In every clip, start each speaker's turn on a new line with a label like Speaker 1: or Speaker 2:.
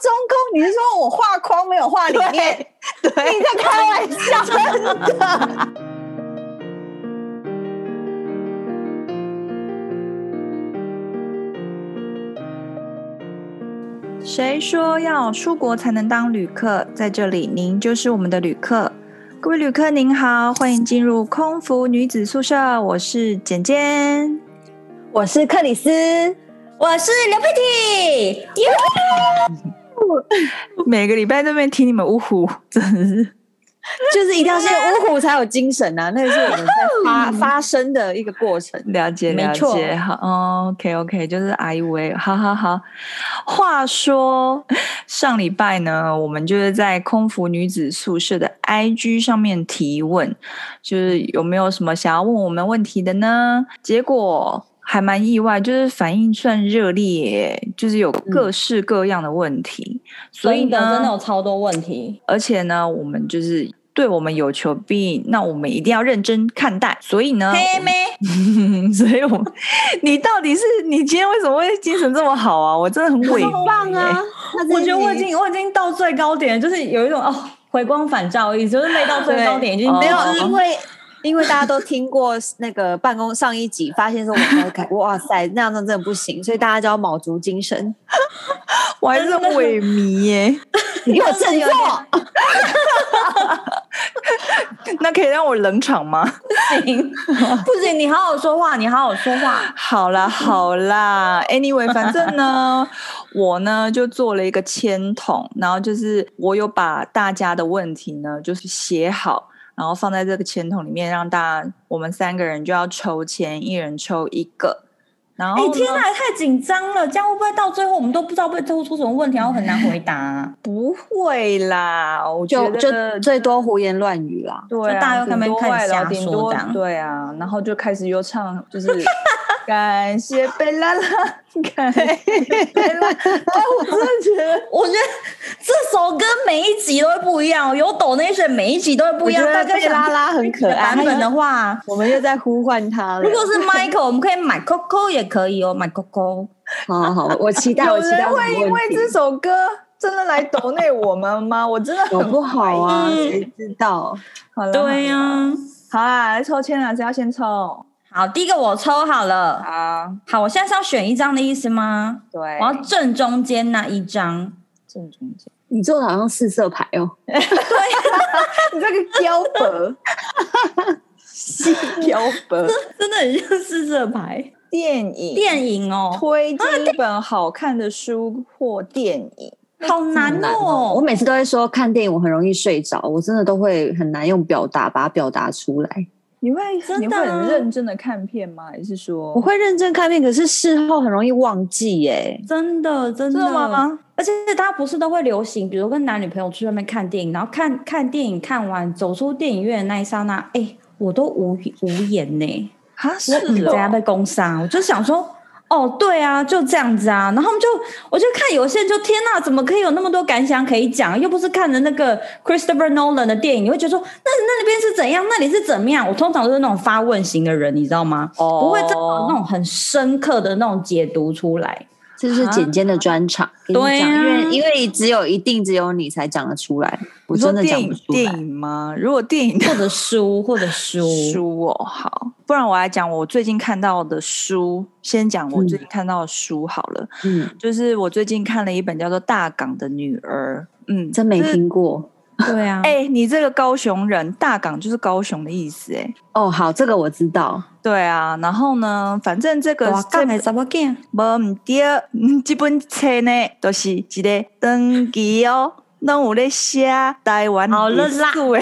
Speaker 1: 中空，你是说我画框没有画里面？
Speaker 2: 对，
Speaker 1: 你在开玩 笑，真的。
Speaker 2: 谁说要出国才能当旅客？在这里，您就是我们的旅客。各位旅客您好，欢迎进入空服女子宿舍，我是简简。
Speaker 1: 我是克里斯，
Speaker 3: 我是刘佩蒂，
Speaker 2: 每个礼拜都边听你们呜呼，真的是
Speaker 1: 就是一定要先五虎才有精神啊！那个是我们在
Speaker 3: 嗯
Speaker 1: 发发声的一个过程。
Speaker 2: 了解
Speaker 1: 没
Speaker 2: 了
Speaker 1: 错
Speaker 2: 解。好、哦、，OK OK，就是阿姨喂，好好好。话说上礼拜呢，我们就是在空服女子宿舍的 IG 上面提问，就是有没有什么想要问我们问题的呢？结果还蛮意外，就是反应算热烈耶，就是有各式各样的问题，所以
Speaker 3: 嗯真的
Speaker 2: 呢，
Speaker 3: 真的有超多问题。
Speaker 2: 而且呢，我们就是对我们有求必应，那我们一定要认真看待。所以呢，
Speaker 1: 嗯
Speaker 3: 嘿妹，
Speaker 2: 所以我们你到底是你今天为什么会精神这么好啊？我真的很伟
Speaker 3: 很棒啊！我觉得我已经我已经到最高点，就是有一种哦回光返照的意思，就是累到最高点已经
Speaker 1: 没
Speaker 2: 对
Speaker 1: 有
Speaker 2: 哦，
Speaker 1: 因为因为大家都听过那个办公上一集，发现说我们 改，哇塞，那样真的不行，所以大家就要卯足精神。
Speaker 2: 我还是很萎靡耶。
Speaker 1: 你给我振作！
Speaker 2: 那可以让我冷场吗？
Speaker 3: 不行，不行，你好好说话，你好好说话。
Speaker 2: 好啦好啦，anyway，反正呢， 我呢就做了一个签筒，然后就是我有把大家的问题呢就是写好，然后放在这个签筒里面，让大家我们三个人就要抽签，一人抽一个。然
Speaker 3: 哎
Speaker 2: 后呢、
Speaker 3: 天哪，太紧张了，这样会不会到最后我们都不知道被抽出什么问题，然后很难回答啊？
Speaker 2: 不会啦，我觉
Speaker 1: 就
Speaker 2: 得
Speaker 1: 就最多胡言乱语啦。
Speaker 2: 对、
Speaker 3: 就
Speaker 2: 啊，
Speaker 3: 大家又
Speaker 2: 顶
Speaker 3: 开始
Speaker 2: 多
Speaker 3: 看
Speaker 2: 外劳
Speaker 3: 瞎
Speaker 2: 顶
Speaker 3: 说
Speaker 2: 多
Speaker 3: 这样
Speaker 2: 对啊，然后就开始又唱，就是 感谢贝拉拉， 感谢贝拉拉，哎，我真的觉得。
Speaker 3: 我觉得这首歌每一集都会不一样，有抖那些每一集都会不一样。
Speaker 1: 我觉得
Speaker 3: 大家
Speaker 1: 贝
Speaker 3: 想
Speaker 1: 拉拉很可爱
Speaker 3: 版本的话，
Speaker 1: 我们又在呼唤他了。
Speaker 3: 如果是 Michael，我们可以买 Coco 也可以哦，买 Coco。
Speaker 1: 好好，我期待，
Speaker 2: 有
Speaker 1: 我期待
Speaker 2: 人
Speaker 1: 我们
Speaker 2: 会因为
Speaker 1: 问题
Speaker 2: 这首歌真的来抖内我们吗？我真的
Speaker 1: 搞
Speaker 2: 很
Speaker 1: 不好啊，
Speaker 3: 嗯
Speaker 1: 谁知道？
Speaker 2: 好了。
Speaker 3: 呀、
Speaker 2: 好啦，来抽签啦，谁要先抽？
Speaker 3: 好，第一个我抽好了。
Speaker 2: 啊，
Speaker 3: 好，我现在是要选一张的意思吗？
Speaker 2: 对，
Speaker 3: 我要正中间那一张。
Speaker 2: 正中间。
Speaker 1: 你做的好像四色牌哦，
Speaker 2: 你这个标本， 细标本。
Speaker 3: 真的很像四色牌
Speaker 2: 电影，
Speaker 3: 电影哦，
Speaker 2: 推荐一本好看的书或电影。
Speaker 3: 好难
Speaker 1: 难
Speaker 3: 哦。
Speaker 1: 我每次都会说看电影我很容易睡着，我真的都会很难用表达把它表达出来。
Speaker 2: 你会
Speaker 3: 真
Speaker 2: 你
Speaker 3: 的
Speaker 2: 会
Speaker 3: 啊
Speaker 2: 很认真的看片吗？还是说
Speaker 1: 我会认真看片，可是事后很容易忘记
Speaker 2: 啊
Speaker 1: 耶。
Speaker 3: 真的，真的
Speaker 2: 真的吗？
Speaker 3: 而且他不是都会流行，比如跟男女朋友去外面看电影，然后看看电影看完走出电影院的那一刹那，哎、我都无语无言呢、
Speaker 2: 啊？是
Speaker 3: 我嗯，等下
Speaker 2: 哦，
Speaker 3: 被攻杀，我就想说。哦，对啊，就这样子啊，然后他们就，我就看有些人就天呐，怎么可以有那么多感想可以讲？又不是看了那个 Christopher Nolan 的电影，你会觉得说，那那边是怎样，那里是怎么样？我通常都是那种发问型的人，你知道吗？不会真的有
Speaker 1: 哦
Speaker 3: 那种很深刻的那种解读出来。
Speaker 1: 这是简简的专场，跟你
Speaker 3: 对
Speaker 1: 讲，因
Speaker 3: 啊
Speaker 1: 为因为只有一定只有你才讲得出来，我
Speaker 2: 你说
Speaker 1: 真的
Speaker 2: 电
Speaker 1: 讲不
Speaker 2: 影
Speaker 1: 出
Speaker 2: 电
Speaker 1: 来。
Speaker 2: 影吗？如果 电影的
Speaker 3: 或者书，或者书。
Speaker 2: 书哦，好，不然我来讲我最近看到的书。先讲我最近看到的书好了，
Speaker 1: 嗯，
Speaker 2: 就是我最近看了一本叫做《大港的女儿》。嗯，
Speaker 1: 真没听过。
Speaker 3: 对啊，
Speaker 2: 哎、你这个高雄人，大港就是高雄的意思、哎。
Speaker 1: 哦，好，这个我知道。
Speaker 2: 对啊，然后呢，反正这个
Speaker 3: 我
Speaker 2: 这
Speaker 3: 讲的啊怎么讲？
Speaker 2: 无毋对， 嗯，即本册呢，就是一个长期哦，拢有咧写台湾
Speaker 3: 好了
Speaker 2: 历史
Speaker 3: 啦
Speaker 2: 的 我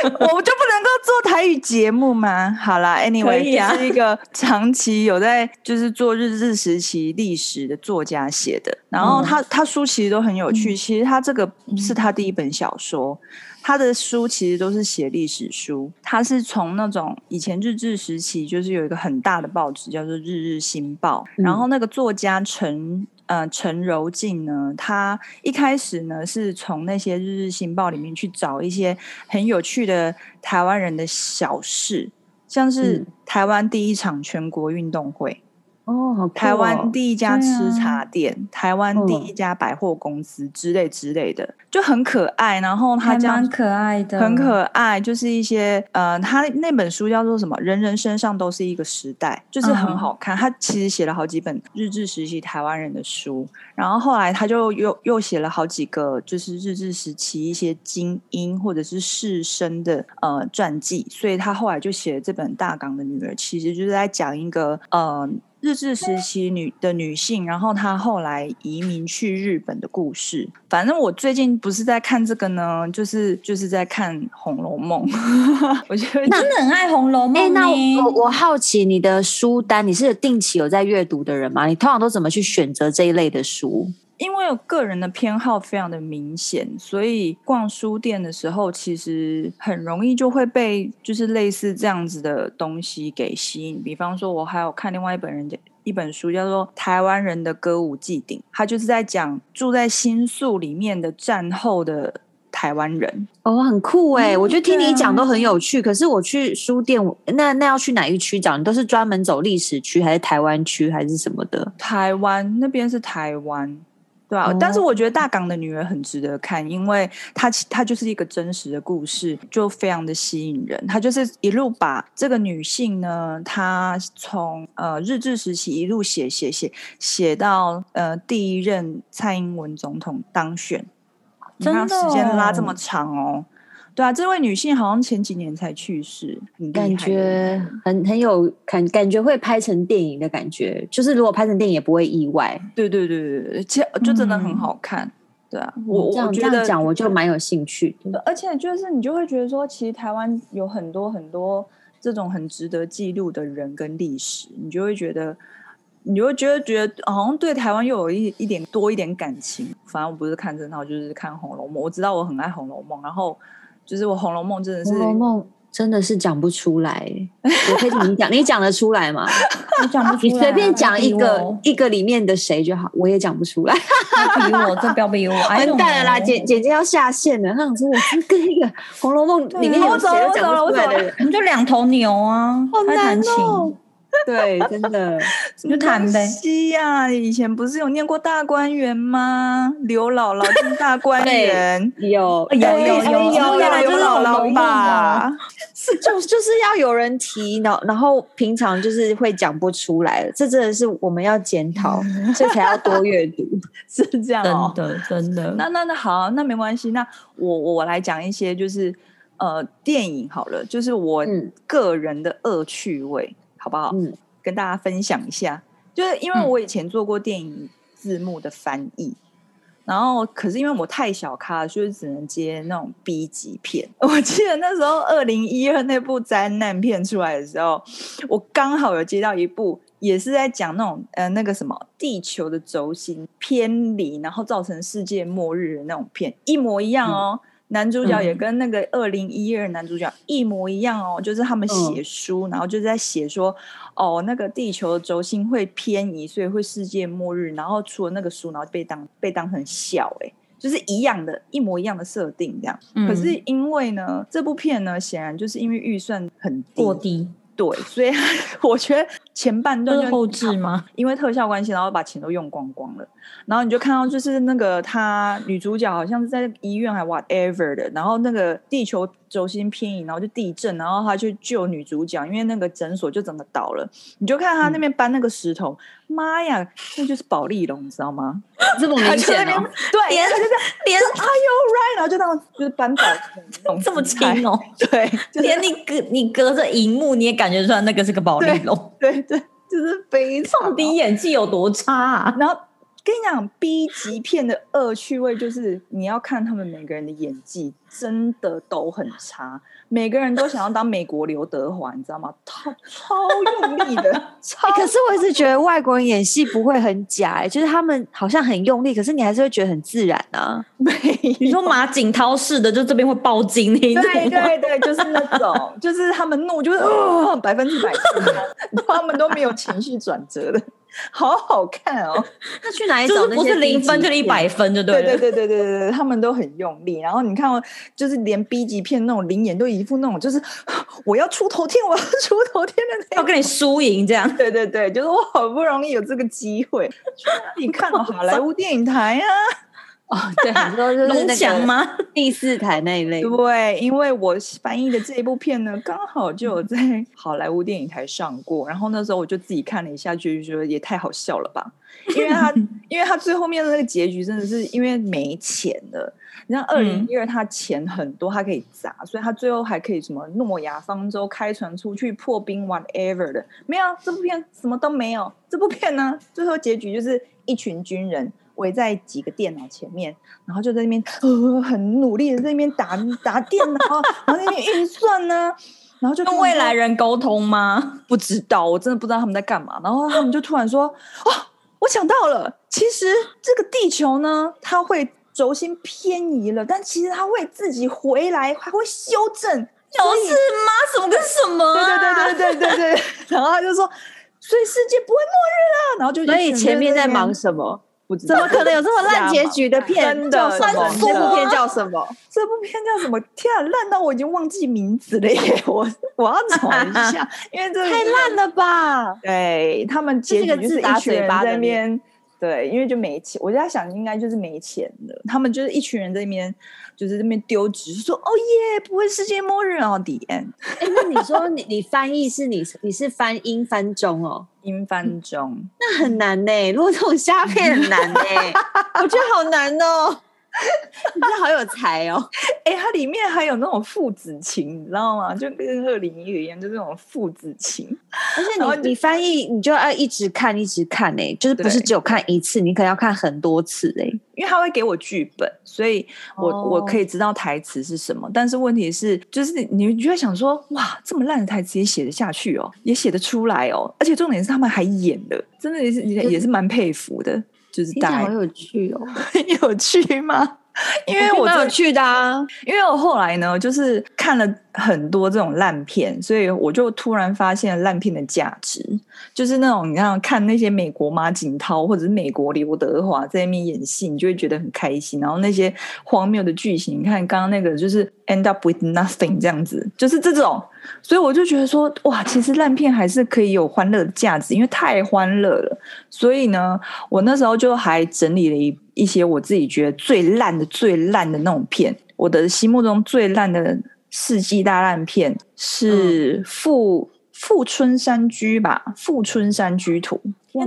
Speaker 2: 就不能够做台语节目吗？好啦
Speaker 3: 可
Speaker 2: ，anyway，
Speaker 3: 以啊
Speaker 2: 就是一个长期有在就是做日治时期历史的作家写的，然后
Speaker 3: 嗯
Speaker 2: 他、他书其实都很有趣，其实他这个是他第一本小说，他的书其实都是写历史书，他是从那种以前日治时期，就是有一个很大的报纸叫做《日日新报》，
Speaker 1: 嗯
Speaker 2: 然后那个作家陈呃陈柔静呢，他一开始呢是从那些《日日新报》里面去找一些很有趣的台湾人的小事，像是
Speaker 1: 嗯
Speaker 2: 台湾第一场全国运动会。
Speaker 1: 哦，好酷哦
Speaker 2: 台湾第一家
Speaker 3: 对啊
Speaker 2: 吃茶店，台湾第
Speaker 1: 嗯
Speaker 2: 一家百货公司之类之类的，就很可爱。然后他
Speaker 3: 还
Speaker 2: 这样
Speaker 3: 蛮可爱的，
Speaker 2: 很可爱，就是一些呃，他那本书叫做什么？人人身上都是一个时代，就是很
Speaker 3: 嗯
Speaker 2: 好看。他其实写了好几本日治时期台湾人的书，然后后来他就又又写了好几个，就是日治时期一些精英或者是士绅的呃传记，所以他后来就写了这本《大港的女儿》，其实就是在讲一个呃。日治时期女的女性，然后她后来移民去日本的故事。反正我最近不是在看这个呢，就是就是在看《红楼梦》， 我觉得
Speaker 3: 你真的很爱《红楼梦》
Speaker 1: 哎、那
Speaker 3: 呢
Speaker 1: 我我我好奇你的书单，你是定期有在阅读的人吗？你通常都怎么去选择这一类的书？
Speaker 2: 因为我个人的偏好非常的明显，所以逛书店的时候，其实很容易就会被就是类似这样子的东西给吸引。比方说，我还有看另外一本人家一本书，叫做《台湾人的歌舞伎町》，它就是在讲住在新宿里面的战后的台湾人。
Speaker 1: 哦，很酷哎、
Speaker 3: 嗯
Speaker 1: 我觉得听
Speaker 3: 对啊
Speaker 1: 你讲都很有趣。可是我去书店，我那那要去哪一区讲？你都是专门走历史区，还是台湾区，还是什么的？
Speaker 2: 台湾那边是台湾，对吧、
Speaker 1: 哦
Speaker 2: 但是我觉得《大港的女儿》很值得看，因为它其它就是一个真实的故事，就非常的吸引人。它就是一路把这个女性呢，她从呃日治时期一路写写写写到呃第一任蔡英文总统当选，你看
Speaker 3: 真的
Speaker 2: 时间拉这
Speaker 3: 哦
Speaker 2: 么长哦。对啊，这位女性好像前几年才去世，很厉害
Speaker 1: 感
Speaker 2: 的
Speaker 1: 觉很很有感，感觉会拍成电影的感觉。就是如果拍成电影，也不会意外。
Speaker 2: 对对对对对，其实就真的很
Speaker 3: 嗯
Speaker 2: 好看。对啊，我
Speaker 1: 嗯这
Speaker 2: 我
Speaker 1: 样这
Speaker 2: 觉
Speaker 1: 样
Speaker 2: 得
Speaker 1: 讲，我就蛮有兴趣的。
Speaker 2: 而且就是你就会觉得说，其实台湾有很多很多这种很值得记录的人跟历史，你就会觉得，你就会觉得觉得好像对台湾又有一一点多一点感情。反正我不是看这套，就是看《红楼梦》。我知道我很爱《红楼梦》，然后就是我《红楼梦》真
Speaker 1: 《
Speaker 2: 的是
Speaker 1: 红楼梦》真的是讲不出来 欸，我可以请你讲，你讲得出来吗？
Speaker 3: 我讲不出
Speaker 1: 你
Speaker 2: 啊
Speaker 3: 来，
Speaker 1: 随
Speaker 3: 啊
Speaker 1: 便讲一
Speaker 3: 不要
Speaker 1: 个一个里面的谁就好，我也讲不出来。
Speaker 3: 逼我，不要逼我，这不 要逼我，哎
Speaker 1: 完蛋了啦，姐姐姐要下线了。她想说，我是跟一个《红楼
Speaker 3: 啊
Speaker 1: 梦》里面有谁都讲不出来的人，
Speaker 3: 你就两头牛啊，
Speaker 1: 好
Speaker 3: 还
Speaker 1: 难
Speaker 3: 弹琴，
Speaker 1: 哦。对，真的，
Speaker 2: 什么
Speaker 3: 就谈呗
Speaker 2: 东西呀、以前不是有念过大观园吗？刘姥姥进大观
Speaker 1: 对
Speaker 2: 园。
Speaker 1: 有
Speaker 3: 哎有有有
Speaker 1: 有
Speaker 3: 原来
Speaker 2: 刘
Speaker 3: 就是
Speaker 2: 姥
Speaker 3: 《红楼
Speaker 2: 姥
Speaker 3: 梦》
Speaker 2: 吧
Speaker 3: 哦？
Speaker 1: 是就就是要有人提，然后然后平常就是会讲不出来，这真的是我们要检讨，所以才要多阅读。
Speaker 2: 是这样哦
Speaker 3: 真。的真的，
Speaker 2: 那那那好，那没关系。那我我来讲一些，就是呃，电影好了，就是我
Speaker 1: 嗯
Speaker 2: 个人的恶趣味，好不好？
Speaker 1: 嗯，
Speaker 2: 跟大家分享一下，就是因为
Speaker 3: 嗯
Speaker 2: 我以前做过电影字幕的翻译，然后可是因为我太小咖了，就是只能接那种 B 级片。我记得那时候二零一二那部灾难片出来的时候，我刚好有接到一部。也是在讲那种呃那个什么地球的轴心偏离，然后造成世界末日的那种片，一模一样哦。男主角也
Speaker 3: 嗯
Speaker 2: 跟那个二零一二男主角一模一样哦，就是他们
Speaker 1: 嗯
Speaker 2: 写书，然后就是在写说哦，那个地球的轴心会偏移，所以会世界末日。然后出了那个书，然后被当被当成笑、欸，就是一样的，一模一样的设定这样。
Speaker 3: 嗯
Speaker 2: 可是因为呢，这部片呢，显然就是因为预算很低，
Speaker 3: 过低
Speaker 2: 对，所以 我觉得前半
Speaker 3: 就
Speaker 2: 段
Speaker 3: 是
Speaker 2: 就
Speaker 3: 后置吗？
Speaker 2: 因为特效关系，然后把钱都用光光了。然后你就看到就是那个她女主角好像是在医院还 whatever 的，然后那个地球轴心偏移，然后就地震，然后她去救女主角，因为那个诊所就整个倒了。你就看她那边搬那个石头，妈呀，那就是保利龙，你知道吗？
Speaker 1: 这么
Speaker 2: 她
Speaker 1: 明
Speaker 2: 就在
Speaker 1: 显
Speaker 2: 那
Speaker 1: 哦
Speaker 2: 边。对，
Speaker 3: 连
Speaker 2: 她就在哎
Speaker 3: 连
Speaker 2: 然后就当就是搬 宝龙
Speaker 3: 这么轻哦，
Speaker 2: 对， 就是
Speaker 3: 连你隔你隔着荧幕你也感觉出来那个是个保利龙，
Speaker 2: 对对，就是非常
Speaker 3: 到底演技有多差啊？
Speaker 2: 然后跟你讲，B 级片的恶趣味就是你要看他们每个人的演技真的都很差，每个人都想要当美国刘德华，你知道吗？超超用力的，超
Speaker 1: 欸可是我一直觉得外国人演戏不会很假、欸，就是他们好像很用力，可是你还是会觉得很自然啊。
Speaker 2: 美。
Speaker 3: 你说马景涛式的，就这边会爆筋那一种
Speaker 2: 对
Speaker 3: 吗，
Speaker 2: 对对，就是那种，就是他们怒就是、呃、百分之百，他们都没有情绪转折的，好好看哦。
Speaker 1: 那去哪里
Speaker 3: 就
Speaker 1: 找
Speaker 3: 是
Speaker 1: 那些
Speaker 3: 不是零分就是一
Speaker 1: 100
Speaker 3: 百分就对
Speaker 2: 对
Speaker 3: 了。
Speaker 2: 对对对对对对，他们都很用力。然后你看哦，就是连 B 级片那种灵眼都一副那种，就是我要出头天，我要出头天的那
Speaker 3: 要
Speaker 2: 种。
Speaker 3: 跟你输赢这样。
Speaker 2: 对对对，就是我好不容易有这个机会，去哪里看哦？好莱坞电影台啊。
Speaker 1: 哦，对，你 说就是
Speaker 3: 龙翔
Speaker 1: 吗？
Speaker 3: 吗？
Speaker 1: 第四台那一类，
Speaker 2: 对，因为我翻译的这一部片呢，刚好就有在 好莱坞电影台上过，然后那时候我就自己看了一下，就觉得也太好笑了吧，因为他因为他最后面的那个结局真的是因为没钱了，你像二零
Speaker 3: 嗯
Speaker 2: 一二他钱很多，他可以砸，所以他最后还可以什么诺亚方舟开船出去破冰 whatever 的，没有这部片什么都没有，这部片呢最后结局就是一群军人。围在几个电脑前面，然后就在那边呃很努力的在那边打 打电脑啊，然后在那边运算呢、然后就
Speaker 3: 跟
Speaker 2: 突然
Speaker 3: 未
Speaker 2: 说
Speaker 3: 来人沟通吗？
Speaker 2: 不知道，我真的不知道他们在干嘛。然后他们就突然说：“哦，我想到了，其实这个地球呢，它会轴心偏移了，但其实它会自己回来，还会修正。”
Speaker 3: 有事吗？什么跟什么、
Speaker 2: 对
Speaker 3: 啊？
Speaker 2: 对对对对对对。然后他就说：“所以世界不会末日啦。”然后就
Speaker 1: 所以前面在忙
Speaker 2: 忙，
Speaker 1: 什么？
Speaker 2: 不知
Speaker 1: 怎
Speaker 2: 道
Speaker 1: 么可能有这么烂结局的片？
Speaker 2: 真的
Speaker 1: 叫什么？
Speaker 2: 真
Speaker 1: 这
Speaker 2: 的
Speaker 1: 部片叫什么？
Speaker 2: 这部片叫什么？ 天啊，烂到我已经忘记名字了耶！我我要找一 下，因为这
Speaker 1: 太烂了吧！
Speaker 2: 对他们结
Speaker 1: 这个
Speaker 2: 局就
Speaker 1: 自
Speaker 2: 是
Speaker 1: 打
Speaker 2: 一群
Speaker 1: 嘴
Speaker 2: 人
Speaker 1: 巴
Speaker 2: 在
Speaker 1: 的
Speaker 2: 那边，对，因为就没钱，我就在想应该就是没钱的，他们就是一群人在那边，就是在那边丢纸，说哦耶，不会世界末日哦，底 n
Speaker 1: 哎，那你说你你翻译是你你是翻英翻中哦？
Speaker 2: 英翻中，
Speaker 1: 那很难呢、如果这种虾片很 难呢、我觉得好难哦、 你真的好有才哦、
Speaker 2: 哎，它里面还有那种父子情，你知道吗？就跟二零一一样，就那种父子情。
Speaker 1: 而且
Speaker 2: 然后
Speaker 1: 你你翻译你就要一直看一直看呢、就是不是
Speaker 2: 对
Speaker 1: 只有看一次，你可能要看很多次哎、
Speaker 2: 因为他会给我剧本，所以我、我
Speaker 1: 哦
Speaker 2: 可以知道台词是什么。但是问题是，就是你你就会想说，哇，这么烂的台词也写得下去哦，也写得出来哦，而且重点是他们还演了，真的也是也也是蛮佩服的，就是
Speaker 1: 听起
Speaker 2: 大
Speaker 1: 来
Speaker 2: 家
Speaker 1: 好有趣哦、
Speaker 2: 很 有趣吗？ 因为我
Speaker 1: 蛮
Speaker 2: 真
Speaker 1: 有
Speaker 2: 的
Speaker 1: 趣的啊，
Speaker 2: 因为我后来呢，就是看了很多这种烂片，所以我就突然发现烂片的价值，就是那种你看看那些美国马景涛或者是美国刘德华在那边演戏，你就会觉得很开心。然后那些荒谬的剧情，你看刚刚那个就是 end up with nothing 这样子，就是这种。所以我就觉得说，哇，其实烂片还是可以有欢乐的价值，因为太欢乐了。所以呢，我那时候就还整理了一一些我自己觉得最烂的、最烂的那种片。我的心目中最烂的世纪大烂片
Speaker 3: 嗯
Speaker 2: 是富《富春山居》吧，《富春山居图》
Speaker 3: 天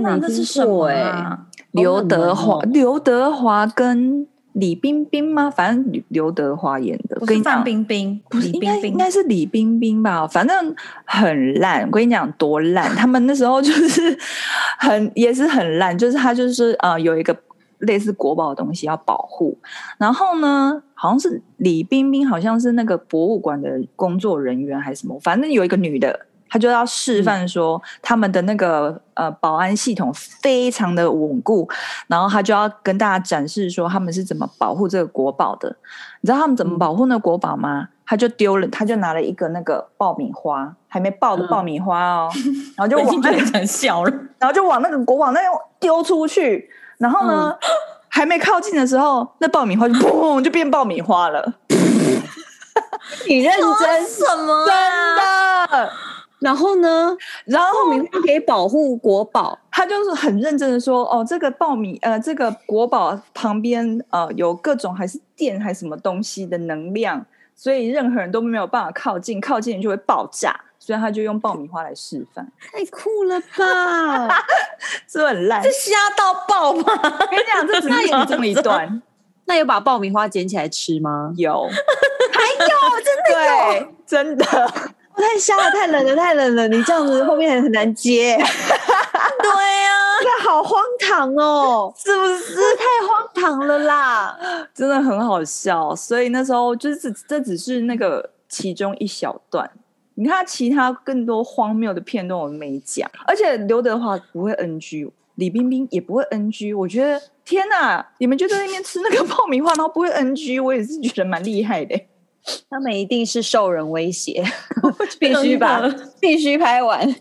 Speaker 1: 我
Speaker 3: 哪，
Speaker 1: 没
Speaker 3: 那是
Speaker 1: 听
Speaker 3: 什么
Speaker 1: 过欸
Speaker 3: 啊？
Speaker 2: 刘德
Speaker 1: 好
Speaker 2: 华，
Speaker 1: 冷
Speaker 2: 刘德华跟李冰冰吗？反正刘刘德华演的，
Speaker 3: 不
Speaker 2: 跟
Speaker 3: 是
Speaker 2: 你
Speaker 3: 范
Speaker 2: 讲。
Speaker 3: 冰冰，
Speaker 2: 不是，
Speaker 3: 李
Speaker 2: 应该
Speaker 3: 冰
Speaker 2: 应
Speaker 3: 冰，
Speaker 2: 该是李冰冰吧，反正很烂。我跟你讲多烂， 他们那时候就是 很也是很烂，就是他就是呃有一个类似国宝的东西要保护，然后呢，好像是李冰冰，好像是那个博物馆的工作人员还是什么，反正有一个女的。她就要示
Speaker 3: 嗯
Speaker 2: 范说他们的那个呃保安系统非常的稳固，然后她就要跟大家展示说他们是怎么保护这个国宝的。你知道他们怎么保护那个国宝吗？他就丢了，他就拿了一个那个爆米花，还没爆的
Speaker 1: 嗯
Speaker 2: 爆米花哦，然后就
Speaker 3: 我已
Speaker 2: 往
Speaker 3: 经
Speaker 2: 那
Speaker 3: 觉
Speaker 2: 个
Speaker 3: 得很笑 了。
Speaker 2: 然后就往那个国宝那边丢出去，然后呢，
Speaker 1: 嗯
Speaker 2: 还没靠近的时候，那爆米花就砰就 变爆米花了，
Speaker 1: 你认
Speaker 3: 真
Speaker 1: 真。
Speaker 3: 什么
Speaker 2: 真
Speaker 3: 啊？
Speaker 2: 的。
Speaker 1: 然后呢，
Speaker 2: 然后
Speaker 1: 后面可以保护国宝，
Speaker 2: 他就是很认真的说，哦，这个爆米呃，这个国宝旁边呃有各种还是电还是什么东西的能量，所以任何人都没有办法靠近，靠近就会爆炸，所以他就用爆米花来示范，
Speaker 1: 太酷了吧！
Speaker 2: 是不是很烂
Speaker 3: 这。瞎到爆吧！
Speaker 2: 我跟你讲，这只是其中一段，
Speaker 1: 那有把爆米花捡起来吃吗？
Speaker 2: 有，还有真的有，真的。
Speaker 1: 太瞎了，太冷了，太冷了！你这样子后面很难接，
Speaker 3: 对
Speaker 1: 啊
Speaker 3: 呀、
Speaker 1: 这好荒唐哦，
Speaker 2: 是不是
Speaker 1: 这太荒唐了啦！
Speaker 2: 真的很好笑？所以那时候就是只这只是那个其中一小段，你看他其他更多荒谬的片段我们没讲，而且刘德华不会 NG，李冰冰也不会 NG，我觉得天哪，你们就在那边吃那个爆米花，然后不会 NG，我也是觉得蛮厉害的、
Speaker 1: 他们一定是受人威胁，必须把
Speaker 3: 真的
Speaker 1: 必须拍完。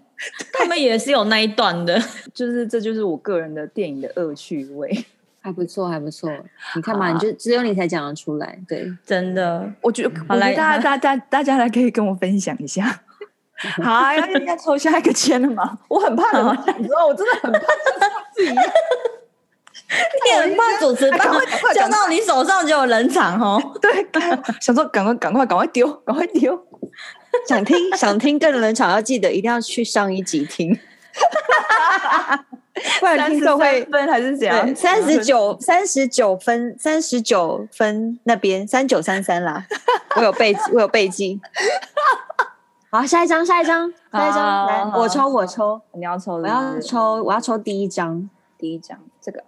Speaker 3: 他们也是有那一段的。
Speaker 2: 就是这就是我个人的电影的恶趣味。
Speaker 1: 还不错，还不错。你看
Speaker 2: 好
Speaker 1: 嘛，
Speaker 2: 啊
Speaker 1: 你就只有你才讲得出来，对。
Speaker 3: 真的，
Speaker 2: 我觉得，
Speaker 3: 好
Speaker 2: 我觉
Speaker 3: 来
Speaker 2: 得大家大 家大家来可以跟我分享一下。好、啊，要要抽下一个签了吗？我很怕冷场，你知道，我真的很怕像上次一样。
Speaker 3: 你很怕主 持
Speaker 2: 赶
Speaker 3: 棒
Speaker 2: 快赶快
Speaker 3: 交到你手上就有冷 场哦。
Speaker 2: 对，赶想说赶快赶快赶快丢，赶快丢。
Speaker 1: 想听想听更冷场，要记得一定要去上一集 听，不然听众会
Speaker 2: 33分还是怎样？
Speaker 1: 三十九三十九分三十九分那边三九三三啦，我有 背我有背记。好，下一张下一张下一张，
Speaker 2: 好
Speaker 1: 来
Speaker 2: 好
Speaker 1: 我抽我抽，
Speaker 2: 你要抽
Speaker 1: 我
Speaker 2: 的，
Speaker 1: 要抽我要抽第一张
Speaker 2: 第一张，这个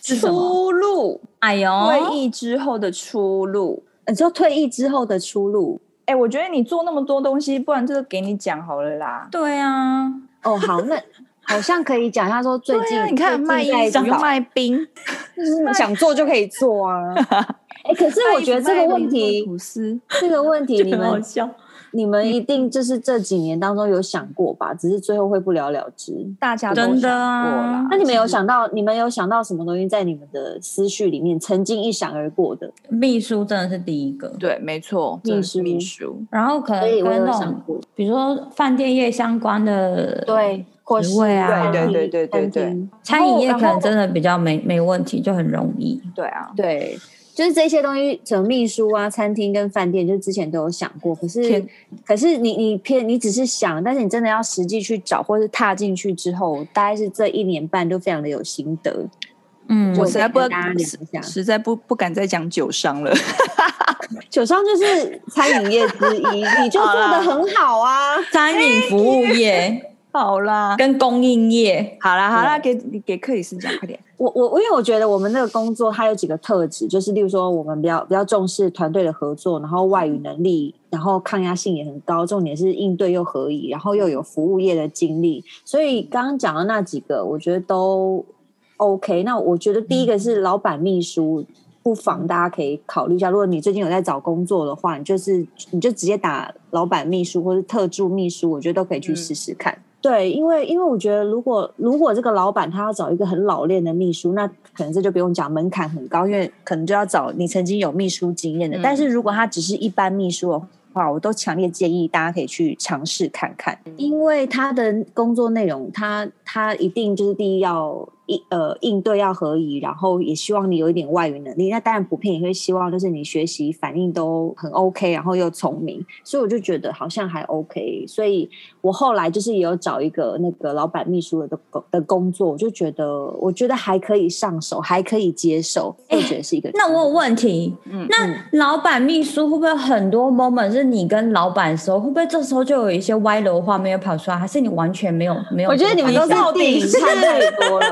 Speaker 3: 是什么
Speaker 1: 出路，
Speaker 3: 哎呦，
Speaker 1: 啊
Speaker 2: 退役之后的出路。
Speaker 1: 哦你说退役之后的出路。
Speaker 2: 哎、我觉得你做那么多东西，不然这个给你讲好了啦。
Speaker 3: 对啊，
Speaker 1: 哦，好，那好像可以讲。他说最近、
Speaker 2: 啊，你看卖
Speaker 1: 最
Speaker 2: 艺
Speaker 1: 近在
Speaker 2: 不
Speaker 1: 找
Speaker 2: 用卖冰，
Speaker 1: 就是想做就可以做啊。 哎、可是我觉得这个问
Speaker 2: 卖
Speaker 1: 题，
Speaker 2: 吐司
Speaker 1: 这个问 题你
Speaker 3: 很好
Speaker 1: 们
Speaker 3: 笑。嗯
Speaker 1: 你们一定就是这几年当中有想过吧？只是最后会不了了之。
Speaker 2: 大家都
Speaker 3: 真的
Speaker 2: 想
Speaker 3: 啊
Speaker 2: 过啦
Speaker 1: 那你们有想到，你们有想到什么东西在你们的思绪里面曾经一闪而过的？
Speaker 3: 秘书真的是第一个，
Speaker 2: 对，没错，
Speaker 1: 秘
Speaker 2: 真的是秘
Speaker 1: 书
Speaker 2: 书。
Speaker 3: 然后可能
Speaker 1: 所以我
Speaker 3: 跟
Speaker 1: 有
Speaker 3: 那
Speaker 1: 想
Speaker 3: 种
Speaker 1: 过，
Speaker 3: 比如说饭店业相关的，，
Speaker 1: 对，或是
Speaker 3: 职位啊
Speaker 1: 餐厅
Speaker 2: 对对对对
Speaker 1: 餐
Speaker 2: 对
Speaker 1: 厅
Speaker 3: 餐饮业
Speaker 1: 然后
Speaker 3: 可能真的比较没没问题，就很容易。
Speaker 2: 对啊，
Speaker 1: 对，就是这些东西，什么秘书啊、餐厅跟饭店，就是之前都有想过。可是
Speaker 2: 天，
Speaker 1: 可是你你偏你只是想，但是你真的要实际去找，或是踏进去之后，大概是这一年半都非常的有心得。
Speaker 3: 嗯，
Speaker 1: 就
Speaker 2: 我实在不
Speaker 1: 跟大家聊一下
Speaker 2: 实在不不敢再讲酒商了。
Speaker 1: 酒商就是餐饮业之 一，你就做的很好啊。
Speaker 3: 餐饮服务业
Speaker 2: 好啦，
Speaker 3: 跟供应业，
Speaker 2: 好啦，好啦，给给克里斯讲，快点。
Speaker 1: 我我我因为我觉得我们那个工作它有几个特质，就是例如说我们比较比较重视团队的合作，然后外语能力，然后抗压性也很高，重点是应对又合宜，然后又有服务业的经历，所以刚刚讲的那几个，我觉得都 OK。那我觉得第一个是老板秘书。不妨大家可以考虑一下，如果你最近有在找工作的话，你就是你就直接打老板秘书或是特助秘书，我觉得都可以去试试看。对，因为因为我觉得，如果如果这个老板他要找一个很老练的秘书，那可能这就不用讲，门槛很高，因为可能就要找你曾经有秘书经验的。
Speaker 2: 嗯
Speaker 1: 但是如果他只是一般秘书的哦话，我都强烈建议大家可以去尝试看看，因为他的工作内容，他他一定就是第一要应呃应对要合宜，然后也希望你有一点外语能力。那当然普遍也会希望就是你学习反应都很 OK，然后又聪明，所以我就觉得好像还 OK，所以。我后来就是也有找一个那个老板秘书的工的工作，我就觉得我觉得还可以上手，还可以接受，哎我觉得是一个。
Speaker 3: 那我有问题，
Speaker 2: 嗯
Speaker 3: 那老板秘书会不会有很多 moment 是你跟老板的时候，会不会这时候就有一些歪楼画面跑出来，还是你完全没有没有？
Speaker 1: 我觉得你们都是
Speaker 2: 到
Speaker 1: 电
Speaker 2: 底
Speaker 1: 影
Speaker 2: 是
Speaker 1: 看太多了，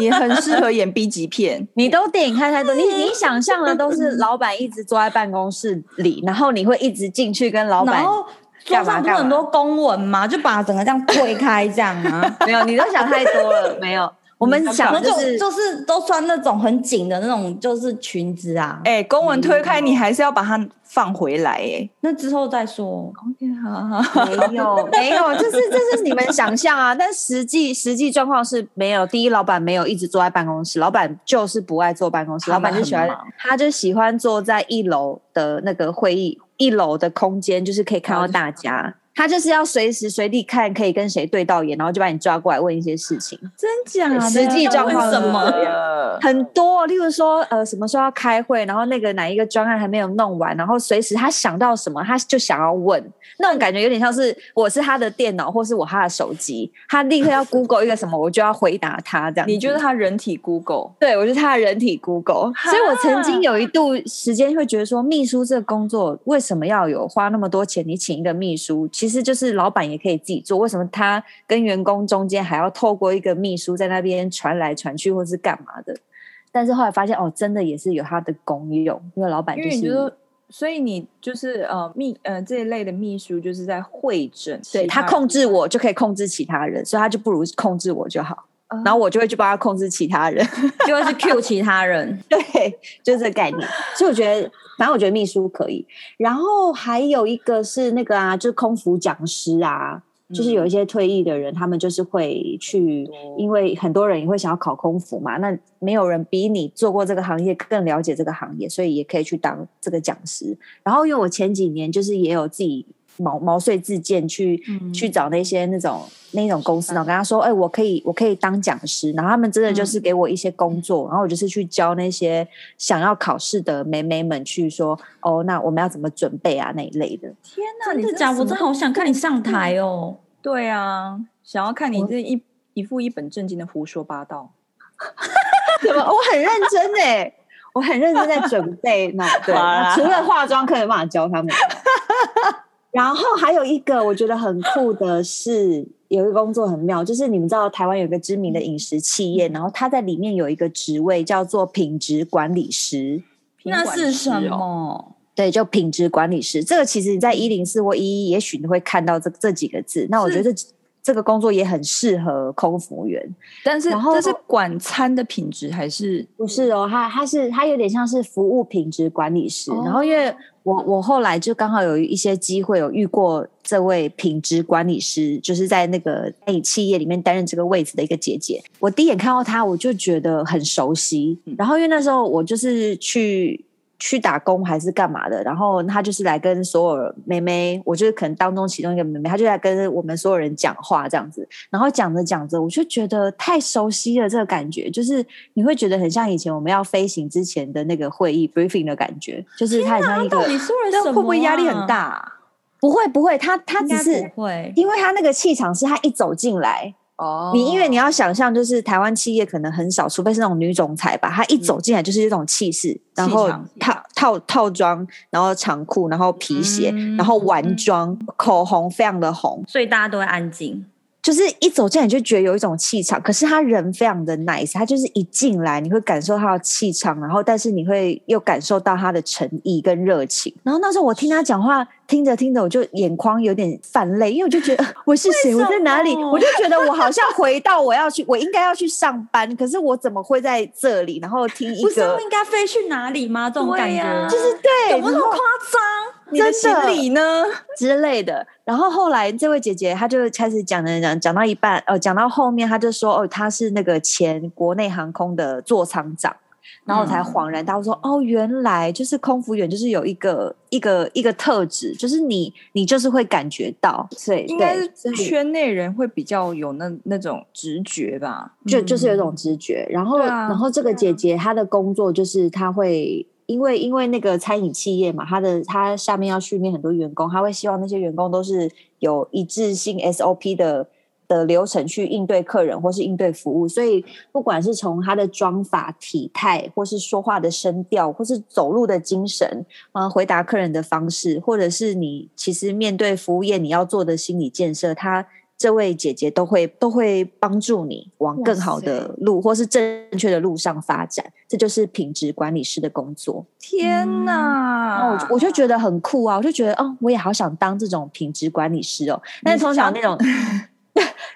Speaker 2: 也很适合演 B 级片。
Speaker 1: 你都电影看太多，你你想象的都是老板一直坐在办公室里，然后你会一直进去跟老板
Speaker 3: 然。后桌上不是很多公文嘛，就把整个这样推开这样 啊。
Speaker 1: 没有，你都想太多了，没有。我们
Speaker 3: 可
Speaker 1: 想
Speaker 3: 能
Speaker 1: 就
Speaker 3: 就是就是都穿那种很紧的那种，就是裙子啊。
Speaker 2: 哎、公文推开，你还是要把它放回来、哎
Speaker 3: 那之后再说。
Speaker 2: ，OK，好好。
Speaker 1: 没有，没有，这是这是你们想象啊，但实际实际状况是没有。第一，老板没有一直坐在办公室，老板就是不爱坐办公室，
Speaker 2: 他
Speaker 1: 老
Speaker 2: 们
Speaker 1: 板就喜欢
Speaker 2: 很忙，
Speaker 1: 他就喜欢坐在一楼的那个会议一楼的空间，就是可以看到大家。他就是要随时随地看，可以跟谁对到眼，然后就把你抓过来问一些事情。
Speaker 2: 真假
Speaker 1: 的实际状况
Speaker 3: 是
Speaker 2: 什
Speaker 3: 什
Speaker 2: 么
Speaker 3: 么？
Speaker 1: 很多，例如说，呃，什么时候要开会，然后那个哪一个专案还没有弄完，然后随时他想到什么，他就想要问，那种感觉有点像是我是他的电脑，或是我他的手机，他立刻要 Google 一个什么，我就要回答他这样子。
Speaker 2: 你觉得他人体 Google？
Speaker 1: 对我就是他的人体 Google，所以我曾经有一度时间会觉得说，秘书这个工作为什么要有花那么多钱？你请一个秘书，其实就是老板也可以自己做，为什么他跟员工中间还要透过一个秘书在那边传来传去，或是干嘛的？但是后来发现，哦，真的也是有它的功用，因为老板
Speaker 2: 因
Speaker 1: 就
Speaker 2: 为
Speaker 1: 是
Speaker 2: 你觉得，所以你就是呃秘呃这一类的秘书，就是在会诊，
Speaker 1: 对他控制我就可以控制其他人，所以他就不如控制我就好，
Speaker 2: 嗯
Speaker 1: 然后我就会去帮他控制其他人。
Speaker 3: 就会去 cue 其他 人。
Speaker 1: 对，就是这个概念。所以我觉得，反正我觉得秘书可以。然后还有一个是那个啊，就是空服讲师啊，
Speaker 2: 嗯
Speaker 1: 就是有一些退役的人，他们就是会去，因为很多人也会想要考空服嘛，那没有人比你做过这个行业更了解这个行业，所以也可以去当这个讲师。然后因为我前几年就是也有自己毛毛遂自荐去、去找那些那种那种公司，然后跟他说，哎、我可以我可以当讲师，然后他们真的就是给我一些工作，然后我就是去教那些想要考试的妹妹们去说，哦，那我们要怎么准备啊那一类的。
Speaker 2: 天哪，
Speaker 3: 真
Speaker 2: 你
Speaker 3: 的假？
Speaker 2: 什
Speaker 3: 我
Speaker 2: 么嗯
Speaker 3: 真的好想看你上台哦！
Speaker 2: 对啊，想要看你这一一副一本正经的胡说八道。
Speaker 1: 怎么？我很认真哎、我很认真在准备 脑对，
Speaker 2: 好啊
Speaker 1: 那
Speaker 2: 啦
Speaker 1: 除了化妆课没办法教 他们。然后还有一个我觉得很酷的是，有一个工作很妙，就是你们知道台湾有一个知名的饮食企
Speaker 2: 嗯
Speaker 1: 业，然后它在里面有一个职位叫做品质管理师。
Speaker 2: 品
Speaker 3: 那
Speaker 2: 管
Speaker 3: 是
Speaker 2: 师
Speaker 3: 什
Speaker 2: 哦？
Speaker 3: 么？
Speaker 1: 对，就品质管理师，这个其实你在一零四或一一，也许你会看到这这几个字。那我觉得这这个工作也很适合空服员，
Speaker 2: 但是
Speaker 1: 然后
Speaker 2: 这是管餐的品质还是
Speaker 1: 不是哦，他他是他有点像是服务品质管理师，
Speaker 2: 哦
Speaker 1: 然后因为我我后来就刚好有一些机会有遇过这位品质管理师，就是在那个餐饮企业里面担任这个位置的一个姐姐。我第一眼看到她，我就觉得很熟悉，然后因为那时候我就是去。去打工还是干嘛的？然后她就是来跟所有妹妹，我就是可能当中其中一个妹妹，她就来跟我们所有人讲话这样子。然后讲着讲着，我就觉得太熟悉了，这个感觉就是你会觉得很像以前我们要飞行之前的那个会议 briefing 的感觉，就是它很像一
Speaker 3: 到
Speaker 1: 个
Speaker 3: 底说了
Speaker 2: 那
Speaker 3: 什么、
Speaker 2: 会不会压力很？大、啊？
Speaker 1: 不会不会，他他
Speaker 3: 应
Speaker 1: 只
Speaker 3: 该
Speaker 1: 是
Speaker 3: 不会。
Speaker 1: 因为他那个气场是他一走进来，
Speaker 2: 哦
Speaker 1: 你因为你要想象，就是台湾企业可能很少，除非是那种女总裁吧，她一走进来就是这种气势，然后
Speaker 2: 嗯气场
Speaker 1: 套套套装，然后长裤，然后皮鞋，
Speaker 2: 嗯
Speaker 1: 然后晚装，口红非常的红，
Speaker 3: 所以大家都会安静。
Speaker 1: 就是一走进来你就觉得有一种气场，可是他人非常的 nice，他就是一进来你会感受他的气场，然后但是你会又感受到他的诚意跟热情。然后那时候我听他讲话，听着听着我就眼眶有点泛泪，因为我就觉得 我是谁，
Speaker 3: 为
Speaker 1: 我
Speaker 3: 什么
Speaker 1: 在哪里，我就觉得我好像回到我要去，我应该要去上班，可是我怎么会在这里？然后听一
Speaker 3: 不是
Speaker 1: 个
Speaker 3: 应该飞去哪里吗？这种感
Speaker 2: 对
Speaker 3: 觉、
Speaker 2: 呀
Speaker 1: 就是对，
Speaker 3: 怎么
Speaker 1: 然
Speaker 3: 那么
Speaker 1: 后
Speaker 3: 夸张？
Speaker 2: 你的
Speaker 1: 真的
Speaker 2: 行李呢？
Speaker 1: 之类的。然后后来这位姐姐她就开始讲讲讲讲到一半，呃，讲到后面她就说，哦，她是那个前国内航空的座舱长。然后我
Speaker 2: 嗯
Speaker 1: 才恍然大悟说，哦，原来就是空服员，就是有一个一个一个特质，就是你你就是会感觉到，所以
Speaker 2: 应该
Speaker 1: 对所
Speaker 2: 是
Speaker 1: 以
Speaker 2: 圈内人会比较有那那种直觉吧。
Speaker 1: 就
Speaker 3: 嗯
Speaker 1: 就是有一种直觉。然后，
Speaker 2: 对啊
Speaker 1: 然后这个姐姐她的工作就是她会。因为因为那个餐饮企业嘛，她的她下面要训练很多员工，她会希望那些员工都是有一致性 SOP 的的流程去应对客人或是应对服务，所以不管是从她的妆法、体态，或是说话的声调，或是走路的精神，啊，回答客人的方式，或者是你其实面对服务业你要做的心理建设，她这位姐姐都会都会帮助你往更好的路或是正确的路上发展。这就是品质管理师的工作。嗯
Speaker 3: 嗯
Speaker 2: 天
Speaker 1: 那
Speaker 2: 哪！
Speaker 1: 我就我就觉得很酷啊，我就觉得哦，我也好想当这种品质管理师哦。但是通常那种。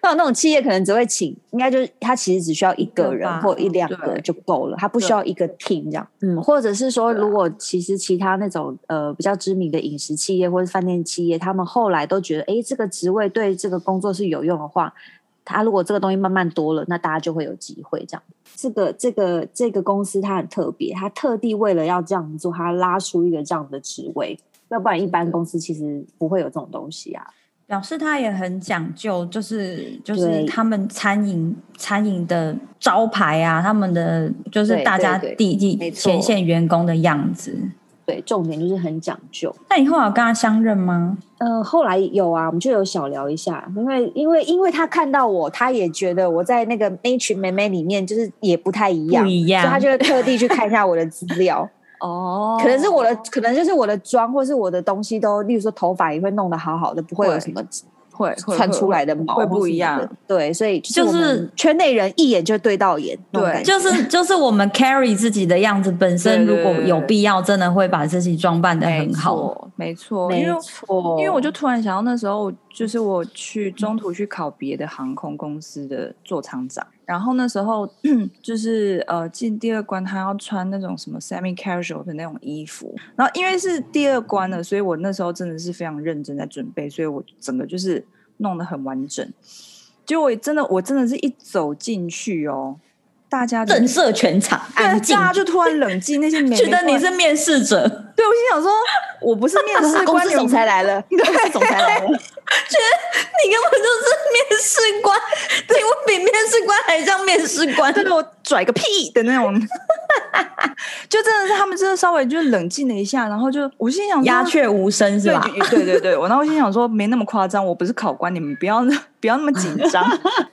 Speaker 1: 那种那种企业可能只会请，应该就是他其实只需要一
Speaker 3: 一
Speaker 1: 个
Speaker 3: 个
Speaker 1: 人
Speaker 3: 吧
Speaker 1: 或一两个
Speaker 2: 对
Speaker 1: 就够了，他不需要一个 team 这样。嗯，或者是说，
Speaker 2: 对啊
Speaker 1: 如果其实其他那种呃比较知名的饮食企业或者饭店企业，他们后来都觉得，诶，这个职位对这个工作是有用的话，他如果这个东西慢慢多了，那大家就会有机会这样。这个这个这个公司它很特别，它特地为了要这样做，它拉出一个这样的职位，要不然一般公司其实不会有这种东西啊。
Speaker 3: 表示他也很讲究，就是就是
Speaker 1: 对
Speaker 3: 他们餐饮餐饮的招牌啊，他们的就是
Speaker 1: 对
Speaker 3: 大家
Speaker 1: 对对
Speaker 3: 第
Speaker 1: 没
Speaker 3: 第
Speaker 1: 错
Speaker 3: 前线员工的样子。
Speaker 1: 对，重点就是很讲究。
Speaker 3: 那你后来有跟他相认吗？
Speaker 1: 嗯，后来有啊，我们就有小聊一下，因为因为因为他看到我，他也觉得我在那个那一群妹妹里面就是也不太一样，
Speaker 3: 不一
Speaker 1: 所以他
Speaker 3: 样，
Speaker 1: 就会特地去看一下我的资 料，
Speaker 2: 哦，
Speaker 1: 可能是我的，可能就是我的妆或是我的东西都，例如说头发也会弄得好好的，不会有
Speaker 2: 会
Speaker 1: 什么
Speaker 2: 会会
Speaker 1: 窜出
Speaker 2: 会
Speaker 1: 来的毛
Speaker 2: 会不一
Speaker 1: 或什
Speaker 2: 样
Speaker 1: 么的，对，所以
Speaker 3: 就
Speaker 1: 我们
Speaker 3: 是
Speaker 1: 圈内人一眼就对到眼，那种
Speaker 2: 对
Speaker 1: 感觉
Speaker 3: 就是就是我们 carry 自己的样子，本身
Speaker 2: 对
Speaker 3: 如
Speaker 2: 对
Speaker 3: 果
Speaker 2: 对
Speaker 3: 有必要，真的会把自己装扮的
Speaker 2: 没
Speaker 3: 很好。
Speaker 2: 错，没错，因
Speaker 1: 没
Speaker 2: 为
Speaker 1: 错，嗯
Speaker 2: 因为我 就突然想到那时候，就是我去中途去考别的航空公司的座舱长，然后那时候 就是呃进第二关，他要穿那种什么 semi casual 的那种衣服，然后因为是第二关了，所以我那时候真的是非常认真在准备，所以我整个就是弄得很完整。结果我真的，我真的是一走进去哦，大家就
Speaker 3: 震慑全场，
Speaker 2: 对
Speaker 3: 安静
Speaker 2: 大，家就突然冷静，那些美眉
Speaker 3: 觉得
Speaker 2: 突然
Speaker 3: 你是面试者，
Speaker 2: 对，我心想说，我不是面
Speaker 1: 啊
Speaker 2: 试
Speaker 1: 公
Speaker 2: 官，
Speaker 1: 司
Speaker 2: 你们
Speaker 1: 总裁来 了，公司总裁 来了，
Speaker 3: 你根本就是面试官， 你我比面试官还像面试官。
Speaker 2: 真的我拽个屁的那种，就真的是他们真的稍微就冷静了一下，然后就我心想说
Speaker 3: 鸦雀无声是
Speaker 2: 对
Speaker 3: 吧？
Speaker 2: 就对对对，我然后我心想说没那么夸张，我不是考官，你们不要不要那么紧 张。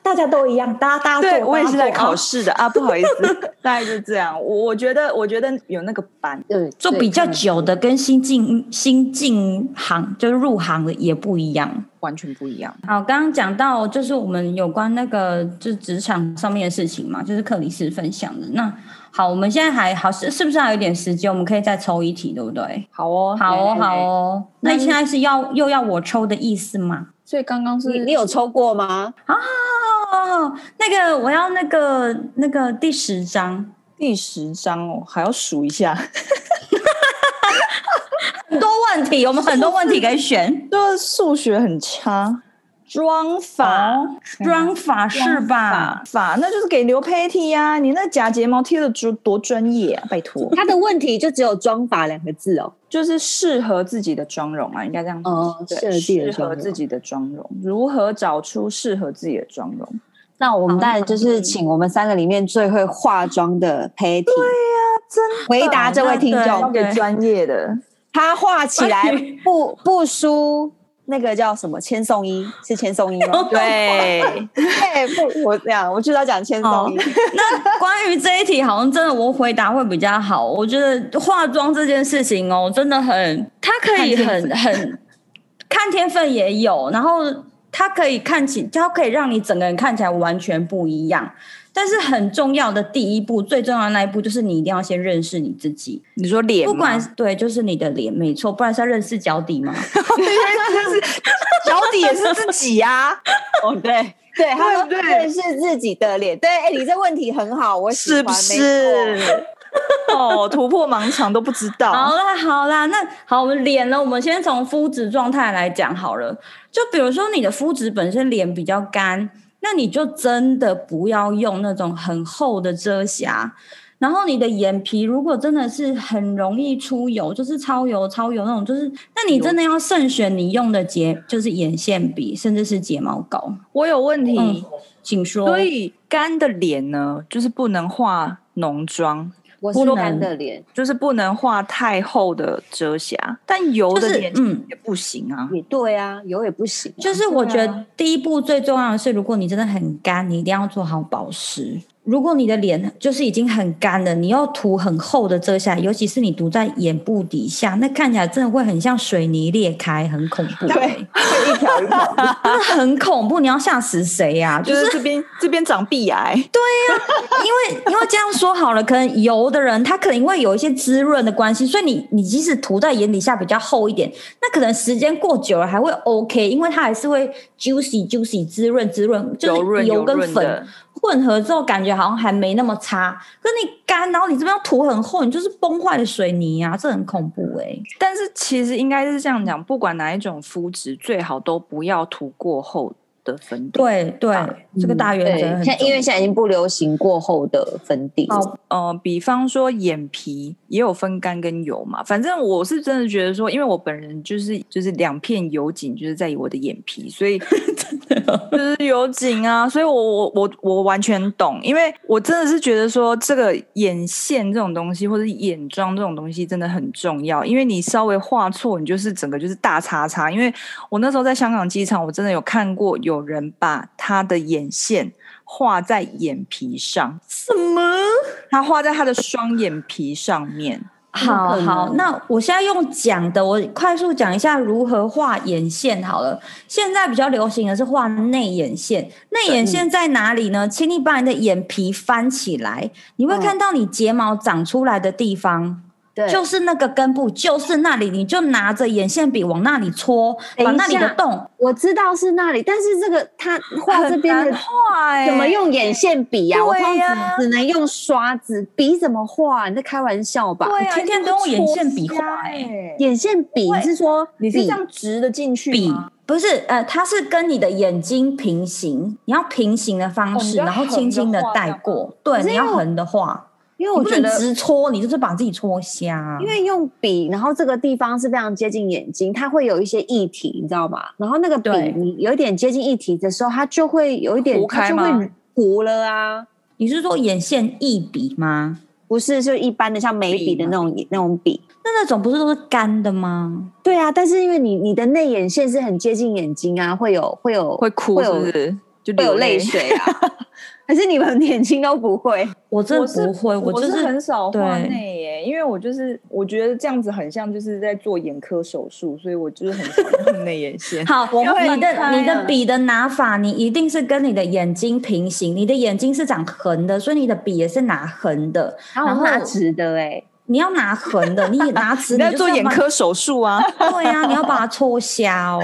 Speaker 3: 大家都一样，大家大家
Speaker 2: 对
Speaker 3: 做
Speaker 2: 我也
Speaker 3: 大
Speaker 2: 是
Speaker 3: 家
Speaker 2: 在
Speaker 3: 做
Speaker 2: 考
Speaker 3: 啊
Speaker 2: 试的啊，不好意 思，大概就这样。我我觉得我觉得有那个班，
Speaker 1: 对，
Speaker 3: 做比较
Speaker 1: 对
Speaker 3: 久的跟新进新进行就是入行的也不一样。
Speaker 2: 完全不一样。
Speaker 3: 好，刚刚讲到就是我们有关那个就是职场上面的事情嘛，就是克里斯分享的。那好，我们现在还好是是不是还有点时间？我们可以再抽一题，对不对？
Speaker 2: 好哦，
Speaker 3: 好哦，
Speaker 2: 来
Speaker 3: 好，哦。那现在是要又要我抽的意思吗？
Speaker 2: 所以刚刚
Speaker 1: 你你有抽过吗？
Speaker 3: 哦，那个我要那个那个第十章，
Speaker 2: 第十章哦，还要数一下。
Speaker 3: 很多问题，我们很多问题可以选。
Speaker 2: 就是数学很差，妆法、
Speaker 3: 法妆法是 吧？
Speaker 2: 法那就是给刘佩剃呀、你那假睫毛贴的多多专业啊，拜托，
Speaker 1: 他的问题就只有“妆法”两个字哦。
Speaker 2: 就是适合自己的妆容啊，应该这样
Speaker 1: 哦
Speaker 2: 对
Speaker 1: 适合自己的
Speaker 2: 适合
Speaker 1: 妆容
Speaker 2: 自己的妆容，如何找出适合自己的妆容？
Speaker 1: 那我们当然就
Speaker 3: 好那
Speaker 1: 是请我们三个里面最会化妆的 Patty
Speaker 2: 真
Speaker 1: 回答
Speaker 2: 哦
Speaker 1: 这位听
Speaker 3: 那
Speaker 2: 交
Speaker 1: 众，
Speaker 3: 对
Speaker 2: 给专业的，
Speaker 1: 她画起来
Speaker 3: Patty？
Speaker 1: 不不输那个叫什么千颂伊，是千颂伊吗
Speaker 2: 对，
Speaker 1: 对，不，我这样，我就是要讲千颂伊。
Speaker 3: 那关于这一题，好像真的我回答会比较好。我觉得化妆这件事情哦，真的很，它可以很很看天分也有，然后它可以看起，它可以让你整个人看起来完全不一样。但是很重要的第一步，最重要的那一步就是你一定要先认识你自己，
Speaker 2: 你说脸吗，
Speaker 3: 不管是对，就是你的脸，没错，不然是要认识脚底嘛。
Speaker 2: 脚底也是自己呀、
Speaker 1: 哦，对。对，他说
Speaker 2: 对不对
Speaker 1: 认识自己的脸。对，哎，你这问题很好，我喜
Speaker 2: 是
Speaker 1: 欢
Speaker 2: 不？
Speaker 1: 没错
Speaker 2: 是？哦，突破盲肠都不知道，
Speaker 3: 好啦，好啦，那好，我们脸呢？我们先从肤质状态来讲好了。就比如说你的肤质本身脸比较干，那你就真的不要用那种很厚的遮瑕。然后你的眼皮如果真的是很容易出油，就是超油超油那种，就是那你真的要慎选你用的睫，就是眼线笔，甚至是睫毛膏。
Speaker 2: 我有问题。
Speaker 3: 嗯请说。
Speaker 2: 所以干的脸呢，就是不能画浓妆，
Speaker 1: 我
Speaker 3: 不
Speaker 1: 是
Speaker 3: 能
Speaker 1: 男的脸
Speaker 2: 就是不能画太厚的遮瑕，但油
Speaker 3: 就
Speaker 2: 的
Speaker 3: 是
Speaker 2: 脸
Speaker 3: 嗯
Speaker 2: 也不行啊。
Speaker 1: 也对啊，有也不行啊。
Speaker 3: 就是我觉得第一步最重要的是，如果你真的很干，你一定要做好保湿。如果你的脸就是已经很干了，你又涂很厚的遮瑕，尤其是你涂在眼部底下，那看起来真的会很像水泥裂开，很恐怖、
Speaker 1: 对
Speaker 3: 欸，
Speaker 1: 一条一条。
Speaker 3: 真的很恐怖，你要吓死谁呀、就
Speaker 2: 就是是这边这边长鼻癌，
Speaker 3: 因为因为这样说好了，可能油的人他可能因为有一些滋润的关系，所以你你即使涂在眼底下比较厚一点，那可能时间过久了还会 OK，因为它还是会 juicy juicy 滋润滋润，
Speaker 2: 油
Speaker 3: 就是
Speaker 2: 润
Speaker 3: 油跟
Speaker 2: 润
Speaker 3: 粉
Speaker 2: 的，
Speaker 3: 混合之后，感觉好像还没那么差。可是你干，然后你这边又涂很厚，你就是崩坏的水泥啊，这很恐怖哎、
Speaker 2: 但是其实应该是这样讲，不管哪一种肤质，最好都不要涂过厚的粉底。
Speaker 3: 对对，这个大原则
Speaker 1: 对，
Speaker 3: 很
Speaker 1: 现在
Speaker 3: 重
Speaker 1: 因
Speaker 3: 要
Speaker 1: 为现在已经不流行过后的粉底，
Speaker 3: 好
Speaker 2: 呃，比方说眼皮也有分干跟油嘛，反正我是真的觉得说，因为我本人就是就是两片油景，就是在我的眼皮，所以就是油景啊，所以我我我我完全懂，因为我真的是觉得说这个眼线这种东西，或者是眼妆这种东西真的很重要，因为你稍微画错，你就是整个就是大叉叉。因为我那时候在香港机场，我真的有看过有人把他的眼线画在眼皮上。
Speaker 3: 什么？
Speaker 2: 他画在他的双眼皮上面。
Speaker 3: 好
Speaker 1: 有可
Speaker 3: 好，
Speaker 1: 能
Speaker 3: 那我现在用讲的，我快速讲一下如何画眼线好了。现在比较流行的是画内眼线，内眼线在哪里呢？请你把你的眼皮翻起来，你会
Speaker 1: 嗯
Speaker 3: 看到你睫毛长出来的地方，
Speaker 1: 对
Speaker 3: 就是那个根部，就是那里，你就拿着眼线笔往那里戳，把
Speaker 1: 等一
Speaker 3: 那里的
Speaker 1: 下
Speaker 3: 洞
Speaker 1: 我知道是那里，但是这个他画这边的
Speaker 2: 画哎
Speaker 1: 怎么？用眼线笔呀、
Speaker 2: 对
Speaker 1: 我通
Speaker 2: 呀
Speaker 1: 常只能用刷子，笔怎么画？你在开玩笑吧？
Speaker 2: 对啊，
Speaker 3: 天天都用眼线笔画
Speaker 2: 哎、
Speaker 1: 眼线笔
Speaker 2: 对
Speaker 1: 是说
Speaker 2: 你是
Speaker 1: 笔
Speaker 2: 这样直的进去
Speaker 3: 笔
Speaker 2: 吗？，
Speaker 3: 不是，呃，它是跟你的眼睛平行，你要平行的方
Speaker 2: 哦你
Speaker 3: 式，
Speaker 2: 要
Speaker 3: 然后轻轻的
Speaker 2: 横着画
Speaker 3: 带
Speaker 2: 这样吗
Speaker 3: 过。对，
Speaker 1: 可是
Speaker 3: 你
Speaker 1: 因
Speaker 3: 要
Speaker 1: 为我
Speaker 3: 横的画，
Speaker 1: 因为
Speaker 3: 你
Speaker 1: 我
Speaker 3: 不
Speaker 1: 觉
Speaker 3: 能
Speaker 1: 得，
Speaker 3: 直戳，你就是把自己戳瞎啊。
Speaker 1: 因为用笔，然后这个地方是非常接近眼睛，它会有一些液体，你知道吗？然后那个笔
Speaker 3: 对
Speaker 1: 你有一点接近液体的时候，它就会有一点，
Speaker 2: 糊
Speaker 1: 它
Speaker 2: 开
Speaker 1: 就
Speaker 2: 吗
Speaker 1: 会糊了啊。
Speaker 3: 你是说眼线一笔吗？
Speaker 1: 不是，就一般的像眉笔的那种那种笔。
Speaker 3: 那那种不是都是干的吗？
Speaker 1: 对啊，但是因为你你的内眼线是很接近眼睛啊，会有会有
Speaker 2: 会哭
Speaker 1: 会
Speaker 2: 是
Speaker 1: 有
Speaker 2: 不是？就
Speaker 1: 会有
Speaker 2: 流
Speaker 1: 泪水啊。 还是你们眼睛都不会？
Speaker 3: 我真
Speaker 2: 我
Speaker 3: 的
Speaker 2: 是
Speaker 3: 不会，
Speaker 2: 我
Speaker 3: 就是
Speaker 2: 很少画
Speaker 3: 对。
Speaker 2: 内耶，因为我就是我觉得这样子很像就是在做眼科手术，所以我就是很少用内眼线
Speaker 3: 好，我
Speaker 1: 会
Speaker 3: 你的
Speaker 1: 开
Speaker 3: 你的
Speaker 1: 啊
Speaker 3: 笔的拿法，你一定是跟你的眼睛平行，你的眼睛是长横的，所以你的笔也是拿横的。
Speaker 1: 然后
Speaker 3: 后
Speaker 1: 拿直的哎、欸，
Speaker 3: 你要拿横的，你也拿直，
Speaker 2: 你在
Speaker 3: 你就是
Speaker 2: 做
Speaker 3: 要
Speaker 2: 眼
Speaker 3: 把
Speaker 2: 科手术 啊？
Speaker 3: 对呀、你要把它戳瞎哦，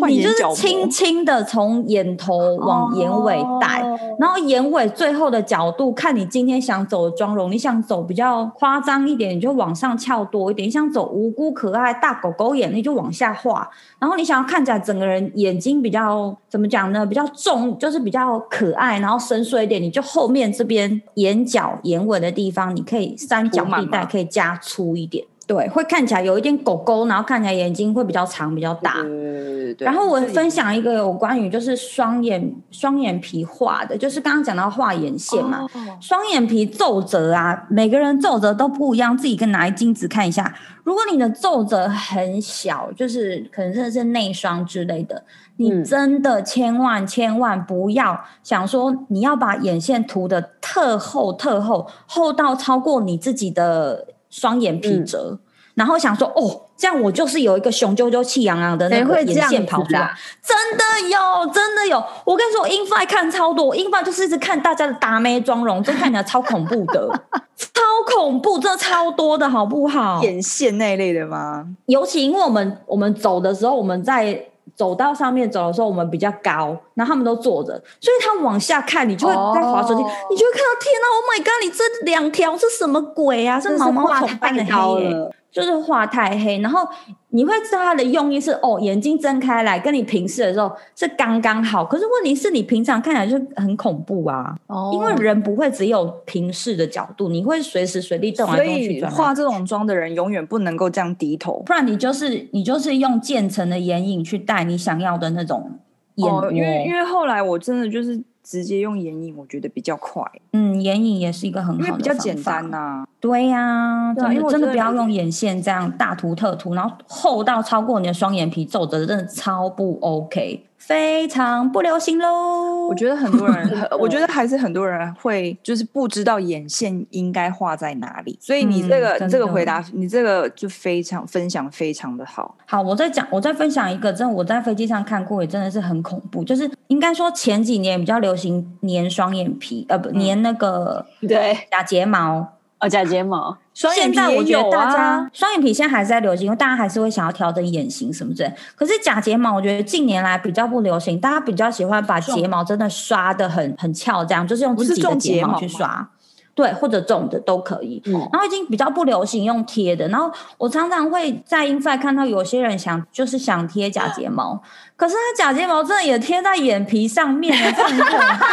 Speaker 2: 换
Speaker 3: 你
Speaker 2: 眼
Speaker 3: 就
Speaker 2: 角膜
Speaker 3: 是轻轻的从眼头往眼尾
Speaker 1: 哦
Speaker 3: 带，
Speaker 2: 哦
Speaker 3: 然后眼尾最后的角度，看你今天想走的妆容，你想走比较夸张一点，你就往上翘多一点；你想走无辜可爱大狗狗眼，你就往下画。然后你想要看起来整个人眼睛比较怎么讲呢？比较重，就是比较可爱，然后深邃一点，你就后面这边眼角、眼尾的地方，你可以三角
Speaker 2: 涂满
Speaker 3: 地
Speaker 2: 吗
Speaker 3: 带可以加粗一点。对，会看起来有一点狗狗，然后看起来眼睛会比较长、比较大。
Speaker 2: 对对对对对
Speaker 3: 然后我分
Speaker 2: 这
Speaker 3: 享一个有关于就是双眼双眼皮画的，就是刚刚讲到画眼线嘛，
Speaker 2: 哦
Speaker 3: 双眼皮皱褶啊，每个人皱褶都不一样，自己跟拿一镜子看一下。如果你的皱褶很小，就是可能真的是内双之类的，你
Speaker 1: 嗯
Speaker 3: 真的千万千万不要想说你要把眼线涂的特厚特厚，厚到超过你自己的双眼
Speaker 1: 嗯
Speaker 3: 皮褶，然后想说哦，这样我就是有一个雄赳赳气昂昂的那
Speaker 1: 谁
Speaker 3: 个
Speaker 1: 会这
Speaker 3: 眼
Speaker 1: 样
Speaker 3: 线跑出
Speaker 1: 子
Speaker 3: 来。
Speaker 1: 啊？
Speaker 3: 真的有，真的有。我跟你说，InFly 看超多，InFly 就是一直看大家的达妹妆 容，真看起来超恐怖的，超恐怖，真的超多的好不好？
Speaker 2: 眼线那一类的吗？
Speaker 3: 尤其因为我们我们走的时候，我们在走到上面走的时候，我们比较高，然后他们都坐着，所以他往下看，你就会在滑手机，
Speaker 2: 哦
Speaker 3: 你就会看到天啊，Oh my god，你这两条是什么鬼啊？这毛毛
Speaker 1: 画
Speaker 3: 虫般的
Speaker 1: 太高
Speaker 3: 黑、欸。
Speaker 1: 了，
Speaker 3: 就是画太黑，然后你会知道它的用意是哦，眼睛睁开来跟你平视的时候是刚刚好。可是问题是你平常看起来就很恐怖啊，
Speaker 2: 哦
Speaker 3: 因为人不会只有平视的角度，你会随时随地动来
Speaker 2: 所
Speaker 3: 动去
Speaker 2: 以
Speaker 3: 转来
Speaker 2: 化这种妆的人永远不能够这样低头。
Speaker 3: 不然你就是你就是用渐层的眼影去带你想要的那种眼窝。
Speaker 2: 哦，因为因为后来我真的就是直接用眼影，我觉得比较快，
Speaker 3: 嗯，眼影也是一个很
Speaker 2: 因为
Speaker 3: 好的
Speaker 2: 比较
Speaker 3: 方
Speaker 2: 简
Speaker 3: 法
Speaker 2: 单呐、
Speaker 3: 对呀、
Speaker 2: 对啊
Speaker 3: 真
Speaker 2: 因为
Speaker 3: 的
Speaker 2: 我
Speaker 3: 真的
Speaker 2: 觉得
Speaker 3: 不要用眼线这样大涂特涂，然后厚到超过你的双眼皮皱褶，真的超不 OK，非常不流行喽。
Speaker 2: 我觉得很多人很，我觉得还是很多人会就是不知道眼线应该画在哪里，所以你这个、
Speaker 3: 嗯真的
Speaker 2: 你这个回答，你这个就非常分享非常的好。
Speaker 3: 好，我再讲，我再分享一个，真的我在飞机上看过，也真的是很恐怖。就是应该说前几年比较流行粘双眼皮，呃，不
Speaker 2: 嗯
Speaker 3: 粘那个
Speaker 1: 对，
Speaker 3: 假睫毛。
Speaker 1: 哦，假睫毛，
Speaker 2: 双眼
Speaker 3: 现
Speaker 2: 皮
Speaker 3: 在我
Speaker 2: 也
Speaker 3: 觉
Speaker 2: 有
Speaker 3: 得大家
Speaker 2: 啊，
Speaker 3: 双眼皮现在还是在流行，因为大家还是会想要调整眼型什么之类。可是假睫毛，我觉得近年来比较不流行，大家比较喜欢把睫毛真的刷的很很翘，这样就是用
Speaker 2: 不是
Speaker 3: 自己的
Speaker 2: 种睫
Speaker 3: 睫
Speaker 2: 毛
Speaker 3: 毛去
Speaker 2: 吗
Speaker 3: 刷，对，或者种的都可以。
Speaker 1: 嗯，
Speaker 3: 然后已经比较不流行用贴的，然后我常常会在 Infi 看到有些人想就是想贴假睫毛，可是他假睫毛真的也贴在眼皮上面了，这很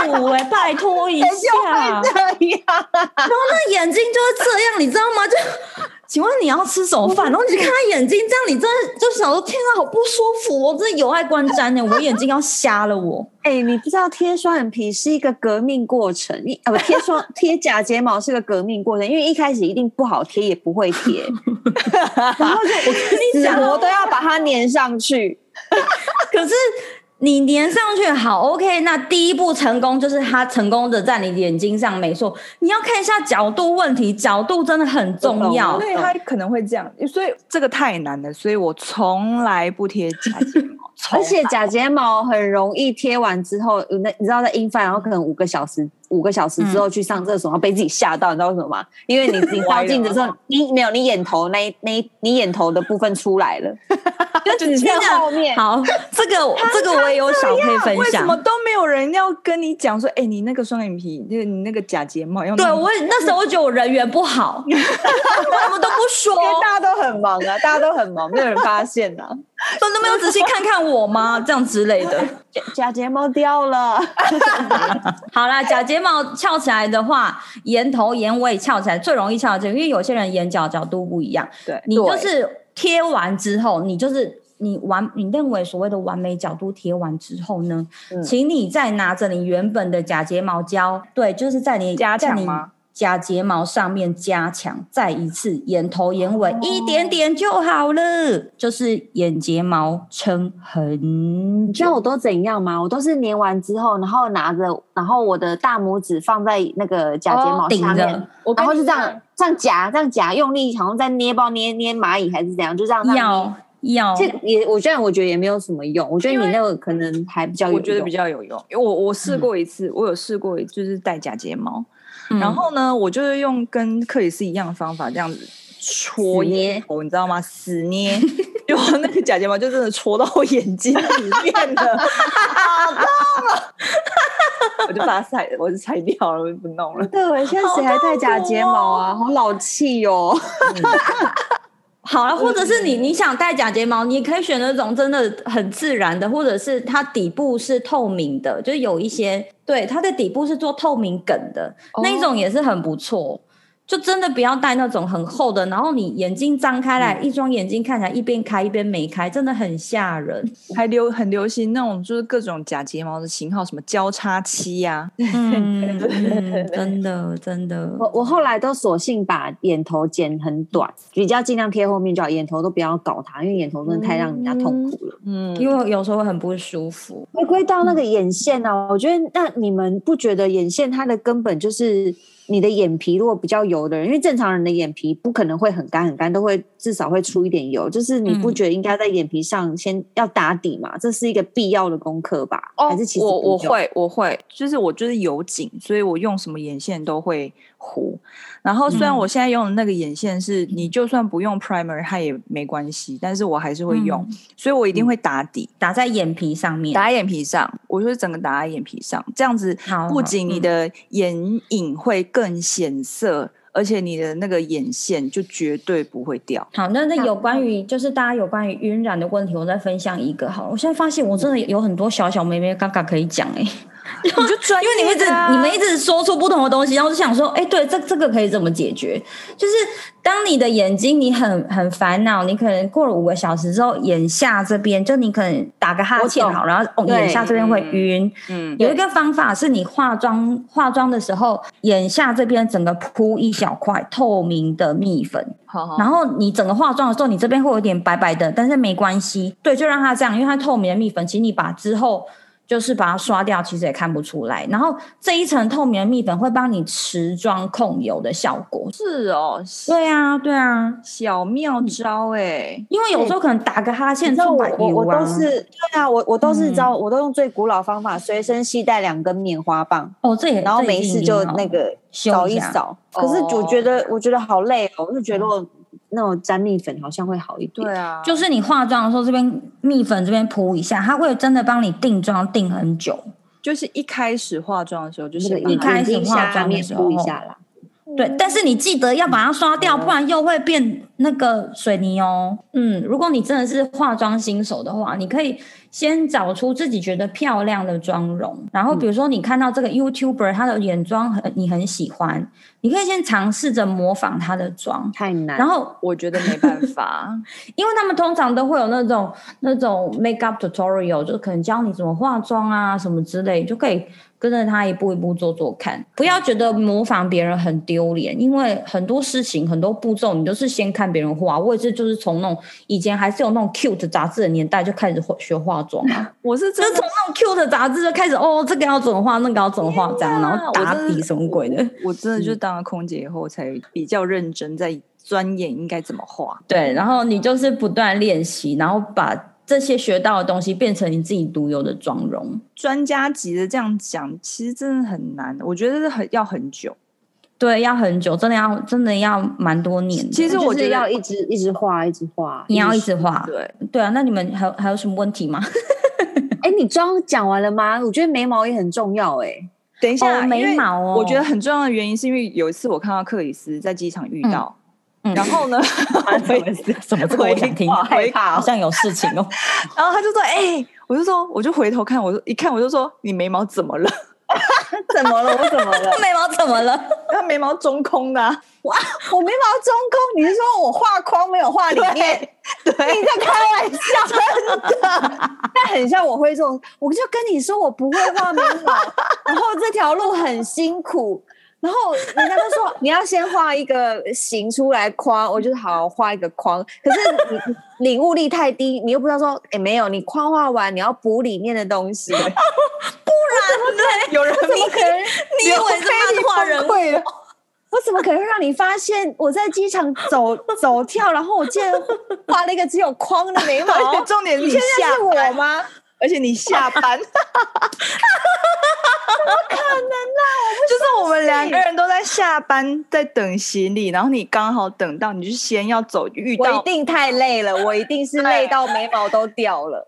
Speaker 3: 恐怖哎、拜 托一下，
Speaker 1: 这样，
Speaker 3: 那眼睛就是这样，你知道吗？就请问你要吃什么饭？然后你就看他眼睛这样，你真的就想说天啊，好不舒服哦，我真的有碍观瞻呢、我眼睛要瞎了我。
Speaker 1: 哎、你不知道贴双眼皮是一个革命过程，你啊不贴双贴假睫毛是个革命过程，因为一开始一定不好贴，也不会 贴，然后就
Speaker 3: 你
Speaker 1: 死
Speaker 3: 讲哦
Speaker 1: 活都要把它粘上去。
Speaker 3: 可是你粘上去好 OK，那第一步成功就是它成功的在你眼睛上，没错。你要看一下角度问题，角度真的很重要
Speaker 1: 我懂
Speaker 2: 所。以他可能会这样，所以这个太难了，所以我从来不贴假睫 毛，从
Speaker 1: 而且假睫毛很容易贴完之后，那你知道在 i n f 然后可能五个小时五个小时之
Speaker 3: 嗯
Speaker 1: 后去上厕所，然后被自己吓到，你知道为什么吗？因 为你你照镜子的时候，你没有你眼头那一那一你眼头的部分出来了，就只剩后面。
Speaker 3: 好，这个这个我也有少可以分
Speaker 2: 为什么
Speaker 3: 享。
Speaker 2: 都没有人要跟你讲说，哎、你那个双眼皮，那个你那个假睫毛要弄
Speaker 3: 对我也那时候我觉得我人缘 不好，我什么都不说，
Speaker 1: 因为大家都很忙啊，大家都很忙，没有人发现呐、啊。
Speaker 3: 说都没有仔细看看 我吗？这样之类的。
Speaker 1: 假假睫毛掉了，
Speaker 3: 好啦，假睫毛翘起来的话，眼头眼尾翘起来最容易翘起来，因为有些人眼角角度不一样，
Speaker 2: 对
Speaker 3: 你就是贴完之后，你就是你完，你认为所谓的完美角度贴完之后呢，
Speaker 1: 嗯
Speaker 3: 请你再拿着你原本的假睫毛胶，对，就是在你
Speaker 2: 加强
Speaker 3: 在你
Speaker 2: 吗
Speaker 3: 假睫毛上面加强，再一次眼头眼
Speaker 1: 哦
Speaker 3: 尾、一点点就好了，就是眼睫毛撑很
Speaker 1: 你知道
Speaker 3: 久。
Speaker 1: 我都怎样吗？我都是粘完之后，然后拿着，然后我的大拇指放在那个假睫毛
Speaker 3: 顶
Speaker 1: 下面，
Speaker 3: 着
Speaker 2: 我
Speaker 1: 然
Speaker 2: 跟
Speaker 1: 后
Speaker 2: 你
Speaker 1: 就这
Speaker 2: 讲
Speaker 1: 样这样夹，这样夹，用力，好像在捏包捏捏蚂蚁还是怎样，就这样这样
Speaker 3: 要要，
Speaker 1: 这也，我虽然我觉得也没有什么用，我觉得你那个可能还比较有
Speaker 2: 我
Speaker 1: 用。
Speaker 2: 觉得比较有用，嗯因为我我试过一次，我有试过就是戴假睫毛，
Speaker 3: 嗯
Speaker 2: 然后呢，我就是用跟克里斯一样的方法，这样子戳
Speaker 1: 死捏
Speaker 2: 眼头，你知道吗？死捏，就那个假睫毛就真的戳到我眼睛里面了， 好痛啊！我就把它裁，我就裁掉了，我就不弄了。
Speaker 1: 对，现在谁还戴假睫毛啊？好老气哦！
Speaker 3: 好了，或者是你你想戴假睫毛，你可以选择一种真的很自然的，或者是它底部是透明的，就是有一些对它的底部是做透明梗的、
Speaker 2: 哦
Speaker 3: 那一种也是很不错。就真的不要戴那种很厚的，然后你眼睛张开来，一双眼睛看起来一边开一边没开，真的很吓人。
Speaker 2: 还流很流行那种就是各种假睫毛的型号，什么交叉期呀、
Speaker 3: 嗯，嗯真的真的，
Speaker 1: 我我后来都索性把眼头剪很短，比较尽量贴后面就好，眼头都不要搞它，因为眼头真的太让人家痛苦了。
Speaker 2: 嗯，
Speaker 3: 因为有时候会很不舒服。
Speaker 1: 回归到那个眼线啊，我觉得那你们不觉得眼线它的根本就是你的眼皮如果比较油的人，因为正常人的眼皮不可能会很干很干，都会至少会出一点油，就是你不觉得应该在眼皮上先要打底嘛？这是一个必要的功课吧？还是其实
Speaker 2: 哦我
Speaker 1: 不
Speaker 2: 我
Speaker 1: 用
Speaker 2: 会我会，就是我就是油紧，所以我用什么眼线都会糊。然后虽然
Speaker 3: 嗯
Speaker 2: 我现在用的那个眼线是、你就算不用 primer 它也没关系，但是我还是会用，
Speaker 3: 嗯
Speaker 2: 所以我一定会打底，
Speaker 3: 打在眼皮上面，
Speaker 2: 打在眼皮上，我就会整个打在眼皮上，这样子
Speaker 3: 好嗯
Speaker 2: 不仅你的眼影会更显色，而且你的那个眼线就绝对不会掉。
Speaker 3: 好，那那
Speaker 1: 那
Speaker 3: 有关于就是大家有关于晕染的问题，我再分享一个好了。我现在发现我真的有很多小小妹妹嘎嘎可以讲哎、
Speaker 2: 你就专
Speaker 3: 因为你们一直
Speaker 2: 业的啊
Speaker 3: 你们一直说出不同的东西，然后我就想说，哎、对，这这个可以怎么解决？就是当你的眼睛你很很烦恼，你可能过了五个小时之后，眼下这边就你可能打个哈欠
Speaker 1: 我懂
Speaker 3: 好，然后、哦、
Speaker 1: 对
Speaker 3: 眼下这边会
Speaker 2: 嗯
Speaker 3: 晕。
Speaker 2: 嗯
Speaker 3: 有一个方法是你化妆化妆的时候，眼下这边整个铺一小块透明的蜜粉，
Speaker 2: 好
Speaker 1: 哦
Speaker 2: 好
Speaker 3: 然后你整个化妆的时候，你这边会有点白白的，但是没关系，对，就让它这样，因为它透明的蜜粉，其实你把之后就是把它刷掉，其实也看不出来。然后这一层透明的蜜粉会帮你持妆控油的效果。
Speaker 2: 是哦，
Speaker 3: 对啊，对啊，
Speaker 2: 小妙招哎、
Speaker 3: 因为有时候可能打个哈
Speaker 1: 你
Speaker 3: 欠
Speaker 1: 知道
Speaker 3: 出
Speaker 1: 我
Speaker 3: 满
Speaker 1: 我
Speaker 3: 油啊，
Speaker 1: 我都是对啊，我我都是
Speaker 3: 嗯
Speaker 1: 招，我都用最古老方法，随身携带两根棉花棒，
Speaker 3: 哦，这也
Speaker 1: 然后
Speaker 3: 这也
Speaker 1: 没
Speaker 3: 一
Speaker 1: 事
Speaker 3: 定
Speaker 1: 就
Speaker 3: 要
Speaker 1: 那个
Speaker 3: 修
Speaker 1: 扫
Speaker 3: 一
Speaker 1: 一
Speaker 3: 下
Speaker 1: 扫。可是我觉得我觉得好累哦，我就觉得我那种沾蜜粉好像会好一点。
Speaker 2: 对啊，
Speaker 3: 就是你化妆的时候，这边蜜粉这边铺一下，它会真的帮你定妆定很久。
Speaker 2: 就是一开始化妆的时候，就
Speaker 1: 那
Speaker 2: 是
Speaker 1: 个眼
Speaker 2: 把
Speaker 3: 一开
Speaker 2: 它
Speaker 3: 始
Speaker 1: 睛
Speaker 3: 化
Speaker 1: 下
Speaker 3: 妆的
Speaker 1: 面
Speaker 3: 时
Speaker 1: 敷一
Speaker 3: 候
Speaker 1: 下啦。
Speaker 3: 对，但是你记得要把它刷掉，不然又会变那个水泥哦。嗯，如果你真的是化妆新手的话，你可以先找出自己觉得漂亮的妆容，然后比如说你看到这个 YouTuber 他的眼妆很你很喜欢，你可以先尝试着模仿他的妆，
Speaker 1: 太难，
Speaker 3: 然后
Speaker 2: 我觉得没办 法，
Speaker 3: 因为他们通常都会有那种那种 makeup tutorial，就可能教你怎么化妆啊什么之类，就可以跟着他一步一步做做看。不要觉得模仿别人很丢脸，因为很多事情很多步骤你都是先看别人画。我也是就是从那种以前还是有那种 cute 杂志的年代就开始学化妆 啊，
Speaker 2: 我是
Speaker 3: 就
Speaker 2: 真
Speaker 3: 是
Speaker 2: 的
Speaker 3: 从那种 cute 杂志就开始哦这个要怎么画，那个要怎么画这样，然后
Speaker 2: 我
Speaker 3: 打
Speaker 2: 真的
Speaker 3: 底什么鬼的。
Speaker 2: 我真的就是
Speaker 3: 嗯
Speaker 2: 当了空姐以后才比较认真在钻研应该怎么画。
Speaker 3: 对，然后你就是不断练习，然后把这些学到的东西变成你自己独有的妆容。
Speaker 2: 专家级的这样讲，其实真的很难，我觉得是很要很久。
Speaker 3: 对，要很久，真的要真的要蛮多年的。
Speaker 2: 其实我
Speaker 1: 就
Speaker 2: 觉
Speaker 1: 是
Speaker 2: 得
Speaker 1: 要一直一直画，一直画。
Speaker 3: 你要一直画，
Speaker 2: 对，
Speaker 3: 对啊。那你们还有还有什么问题吗？
Speaker 2: 哦
Speaker 1: 哎，你妆讲完了吗？我觉得眉毛也很重要哎。
Speaker 2: 等一下，
Speaker 3: 哦眉
Speaker 2: 因为
Speaker 3: 毛哦
Speaker 2: 我觉得很重要的原因是因为有一次我看到克里斯在机场遇到，
Speaker 3: 嗯嗯
Speaker 2: 然后呢，
Speaker 3: 什么这个我想听，
Speaker 2: 我 害怕
Speaker 3: 好像有事情 哦。
Speaker 2: 然后他就说：“哎、我就说，我就回头看，我就一看，我就说你眉毛怎么了？
Speaker 1: 怎么了？我怎么了？
Speaker 3: 眉毛怎么了？
Speaker 2: 他眉毛中空的、啊，
Speaker 1: 我眉毛中空，你是说我画框没有画里面？你
Speaker 2: 对，
Speaker 1: 在开玩笑，真的。那很像我会这种，我就跟你说我不会画眉毛，然后这条路很辛苦。然后人家就说你要先画一个形出来框，我就是好画一个框。可是你你领悟力太低，你又不知道说，哎，没有，你框画完你要补里面的东西，怎么
Speaker 2: 有人
Speaker 1: 可能？
Speaker 3: 你以为是漫画人物？
Speaker 1: 会了。我怎么可能会让你发现我在机场走走跳，然后我竟然画了一个只有框的 眉毛？
Speaker 2: 而且 重点是
Speaker 1: 哦你
Speaker 2: 你
Speaker 1: 现
Speaker 2: 下
Speaker 1: 在是我吗？
Speaker 2: 而且你 下班，怎么可能呢、
Speaker 1: 啊
Speaker 2: 就是我们两个人都在下班，在等行李，然后你刚好等到，你就先要走，遇
Speaker 1: 我一
Speaker 2: 到，
Speaker 1: 定太累了，我一定是累到眉毛都掉了。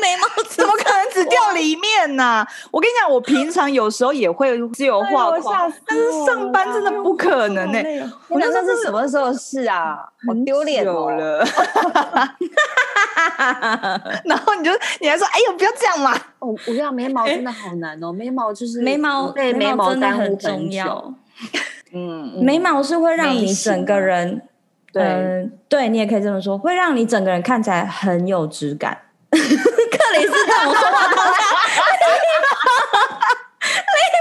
Speaker 3: 眉毛
Speaker 2: 怎么可能只掉里面呢、我跟你讲，我平常有时候也会自由画
Speaker 1: 哎呦吓
Speaker 2: 框
Speaker 1: 死，
Speaker 2: 但是上班真的不可能呢、欸
Speaker 1: 我那那是什么时候的事啊？好丢脸
Speaker 2: 有
Speaker 1: 哦！
Speaker 2: 了， 然后你就你还说，哎呦，不要这样嘛，
Speaker 1: 哦我我讲眉毛真的好难哦，眉毛就是
Speaker 3: 眉毛
Speaker 1: 被眉毛
Speaker 3: 毛真的
Speaker 1: 耽误
Speaker 3: 很
Speaker 1: 久
Speaker 3: 重。要。
Speaker 2: 嗯，
Speaker 1: 嗯
Speaker 3: 眉毛是会让
Speaker 1: 眉
Speaker 3: 你
Speaker 1: 形
Speaker 3: 整个
Speaker 1: 啊
Speaker 3: 人，
Speaker 1: 对
Speaker 3: 呃对你也可以这么说，会让你整个人看起来很有质感。 克里斯看我说话都在， 立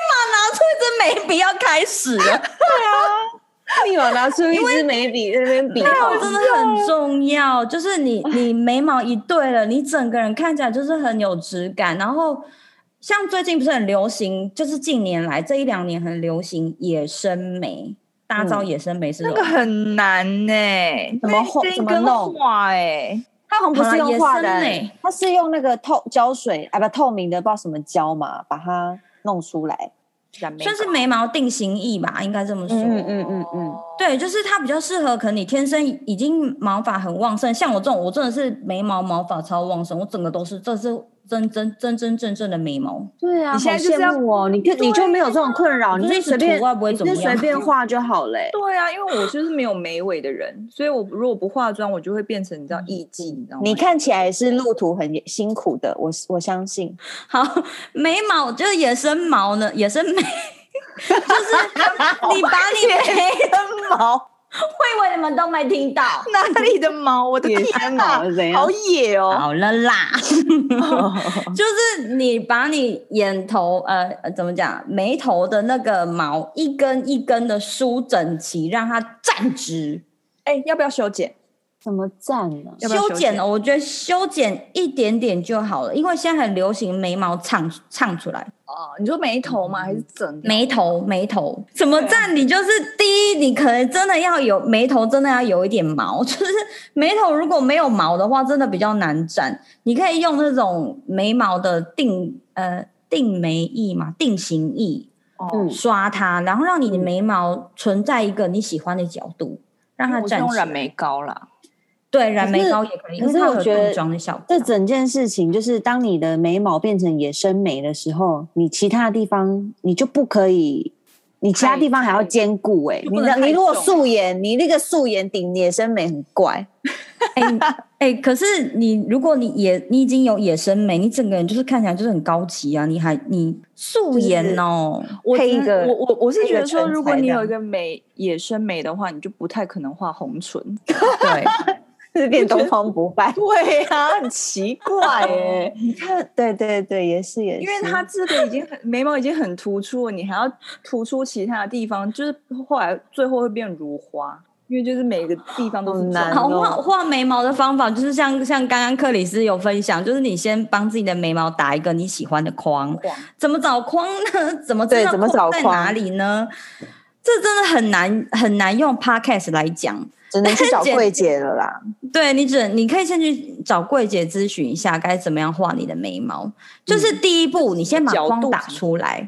Speaker 3: 马拿出一支眉笔要开始了，
Speaker 1: 立马拿出一支眉笔在那边比划
Speaker 3: 眉，毛真的
Speaker 1: 哦
Speaker 3: 很重要。就是你你眉毛一对了，你整个人看起来就是很有质感。然后像最近不是很流行，就是近年来这一两年很流行野生眉，大家知道
Speaker 1: 嗯
Speaker 3: 野生眉是
Speaker 2: 那
Speaker 3: 什
Speaker 2: 个
Speaker 3: 么
Speaker 2: 很难呢、
Speaker 1: 怎么画
Speaker 2: 那一
Speaker 1: 怎
Speaker 2: 根
Speaker 1: 么弄
Speaker 2: 一根画哎、
Speaker 1: 它好像不是
Speaker 3: 好啦
Speaker 1: 用
Speaker 3: 也
Speaker 1: 画的
Speaker 3: 深
Speaker 1: 欸
Speaker 3: 欸，
Speaker 1: 它是用那个透胶水啊，不透明的，不知道什么胶嘛，把它弄出来。
Speaker 2: 染眉
Speaker 3: 算是
Speaker 2: 膏
Speaker 3: 眉毛定型液吧，应该这么说。
Speaker 1: 嗯嗯嗯嗯，
Speaker 3: 对，就是它比较适合，可能你天生已经毛发很旺盛，像我这种，我真的是眉毛毛发超旺盛，我整个都是，这是真真真真正正的眉毛。
Speaker 1: 对啊，
Speaker 2: 你现
Speaker 1: 好
Speaker 2: 在就是要
Speaker 1: 羡慕哦，你就你就没有这种困扰，
Speaker 3: 我
Speaker 1: 哦你
Speaker 3: 就是
Speaker 1: 就随便
Speaker 3: 涂啊不会
Speaker 1: 你
Speaker 3: 怎
Speaker 1: 就
Speaker 3: 么
Speaker 1: 随
Speaker 3: 样
Speaker 1: 便画就好欸嘞。
Speaker 2: 对啊，因为我就是没有眉尾的人，所以我如果不化妆，我就会变成你知道艺妓，你知道吗？
Speaker 1: 嗯你看起来是路途很辛苦的，我我相 信。
Speaker 3: 好，眉毛就是野生毛呢，野生眉，就是你把你眉，
Speaker 2: 的毛
Speaker 3: 我以为你们都没听到。
Speaker 2: 哪里的毛？我的
Speaker 1: 野
Speaker 2: 天啊
Speaker 1: 生
Speaker 2: 哪
Speaker 1: 毛是怎，样啊
Speaker 2: 好野哦！
Speaker 3: 好了啦， 就是你把你眼头呃呃怎么讲，眉头的那个毛一根一根的梳整齐，让它站直。
Speaker 2: 哎，要不要修剪？
Speaker 1: 怎么站呢、
Speaker 2: 要不要修
Speaker 3: 修
Speaker 2: 剪
Speaker 3: 剪，哦我觉得修剪一点点就好了，因为现在很流行眉毛唱唱出来，
Speaker 2: 哦，你说眉头吗？
Speaker 1: 嗯
Speaker 2: 还是整
Speaker 3: 眉头眉头
Speaker 1: 啊
Speaker 3: 怎么站？你就是第一，你可能真的要有眉头，真的要有一点毛， 就是眉头如果没有毛的话，真的比较难站。你可以用那种眉毛的定呃定眉液嘛，定型液，
Speaker 2: 哦
Speaker 1: 嗯，
Speaker 3: 刷它，然后让你的
Speaker 1: 嗯
Speaker 3: 眉毛存在一个你喜欢的角度，让它
Speaker 2: 我是
Speaker 3: 站
Speaker 2: 用
Speaker 3: 起
Speaker 2: 染
Speaker 3: 来
Speaker 2: 眉膏啦。
Speaker 3: 对，染
Speaker 1: 可
Speaker 3: 眉
Speaker 1: 是
Speaker 3: 膏也可以，因
Speaker 1: 可
Speaker 3: 为
Speaker 1: 是
Speaker 3: 它
Speaker 1: 我
Speaker 3: 有
Speaker 1: 觉得
Speaker 3: 定妆的效果。
Speaker 1: 这整件事情就是，当你的眉毛变成野生眉的时候，你其他地方你就不可以，你其他地方还要兼顾、欸。哎，
Speaker 2: 就
Speaker 1: 你
Speaker 2: 不能
Speaker 1: 的
Speaker 2: 太
Speaker 1: 你如果
Speaker 2: 重
Speaker 1: 素颜，你那个素颜顶野生眉很怪。
Speaker 3: 哎哎，可是你如果你野，你已经有野生美，你整个人就是看起来就是很高级啊！你还你素颜 哦，
Speaker 2: 我
Speaker 1: 配一
Speaker 2: 真
Speaker 1: 个
Speaker 2: 我我我是
Speaker 1: 配一
Speaker 2: 觉
Speaker 1: 个
Speaker 2: 得说，
Speaker 1: 唇
Speaker 2: 如果
Speaker 1: 彩
Speaker 2: 你
Speaker 1: 这
Speaker 2: 有
Speaker 1: 样
Speaker 2: 一个美野生眉的话，你就不太可能画红唇。
Speaker 3: 对，
Speaker 1: 是变东方不败，
Speaker 2: 对啊，很奇 怪耶，
Speaker 1: 你看，对对对，也是也是，
Speaker 2: 因为它这个已经很眉毛已经很突出了，你还要突出其他的地方，就是后来最后会变如花，因为就是每个地方都是
Speaker 1: 好
Speaker 2: 重
Speaker 1: 难
Speaker 3: 好
Speaker 1: 哦
Speaker 3: 画画眉毛的方法就是像像刚刚克里斯有分享，就是你先帮自己的眉毛打一个你喜欢的框，
Speaker 2: 框
Speaker 3: 怎么找框呢？怎么知
Speaker 1: 对
Speaker 3: 道
Speaker 1: 怎么找
Speaker 3: 在
Speaker 1: 框
Speaker 3: 哪里呢？这真的很难很难用 podcast 来讲。
Speaker 1: 只能去 找柜姐了啦。
Speaker 3: 对你只你可以先去找柜姐咨询一下该怎么样画你的眉毛，就是第一步，你先把
Speaker 1: 角
Speaker 3: 框
Speaker 1: 度
Speaker 3: 打
Speaker 1: 什么
Speaker 3: 出来。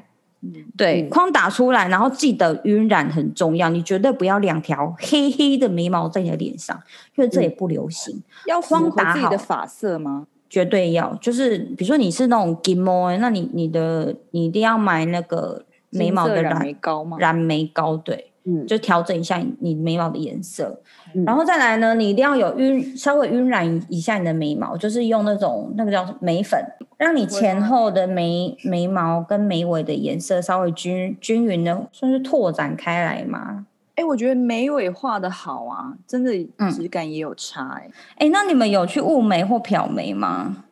Speaker 3: 对，
Speaker 4: 嗯
Speaker 3: 框打出来，然后记得晕染很重要，你绝对不要两条黑黑的眉毛在你的脸上，因为这也不流行。
Speaker 1: 要符
Speaker 3: 框
Speaker 1: 合
Speaker 3: 打
Speaker 1: 自己的
Speaker 3: 好
Speaker 1: 发色吗？
Speaker 3: 绝对要，就是比如说你是那种 g i m o 那你你的你一定要买那个眉毛
Speaker 1: 金色
Speaker 3: 的染
Speaker 1: 染眉膏吗？
Speaker 3: 染眉膏，对，
Speaker 4: 嗯，
Speaker 3: 就调整一下你你眉毛的颜色，
Speaker 4: 嗯
Speaker 3: 然后再来呢，你一定要有晕稍微晕染一下你的眉毛，就是用那种那个叫什么眉粉，让你前后的眉眉毛跟眉尾的颜色稍微均均匀的，算是拓展开来嘛。
Speaker 2: 哎、我觉得眉尾画的好啊，真的
Speaker 3: 嗯
Speaker 2: 质感也有差哎、
Speaker 3: 哎，那你们有去雾眉或漂眉吗？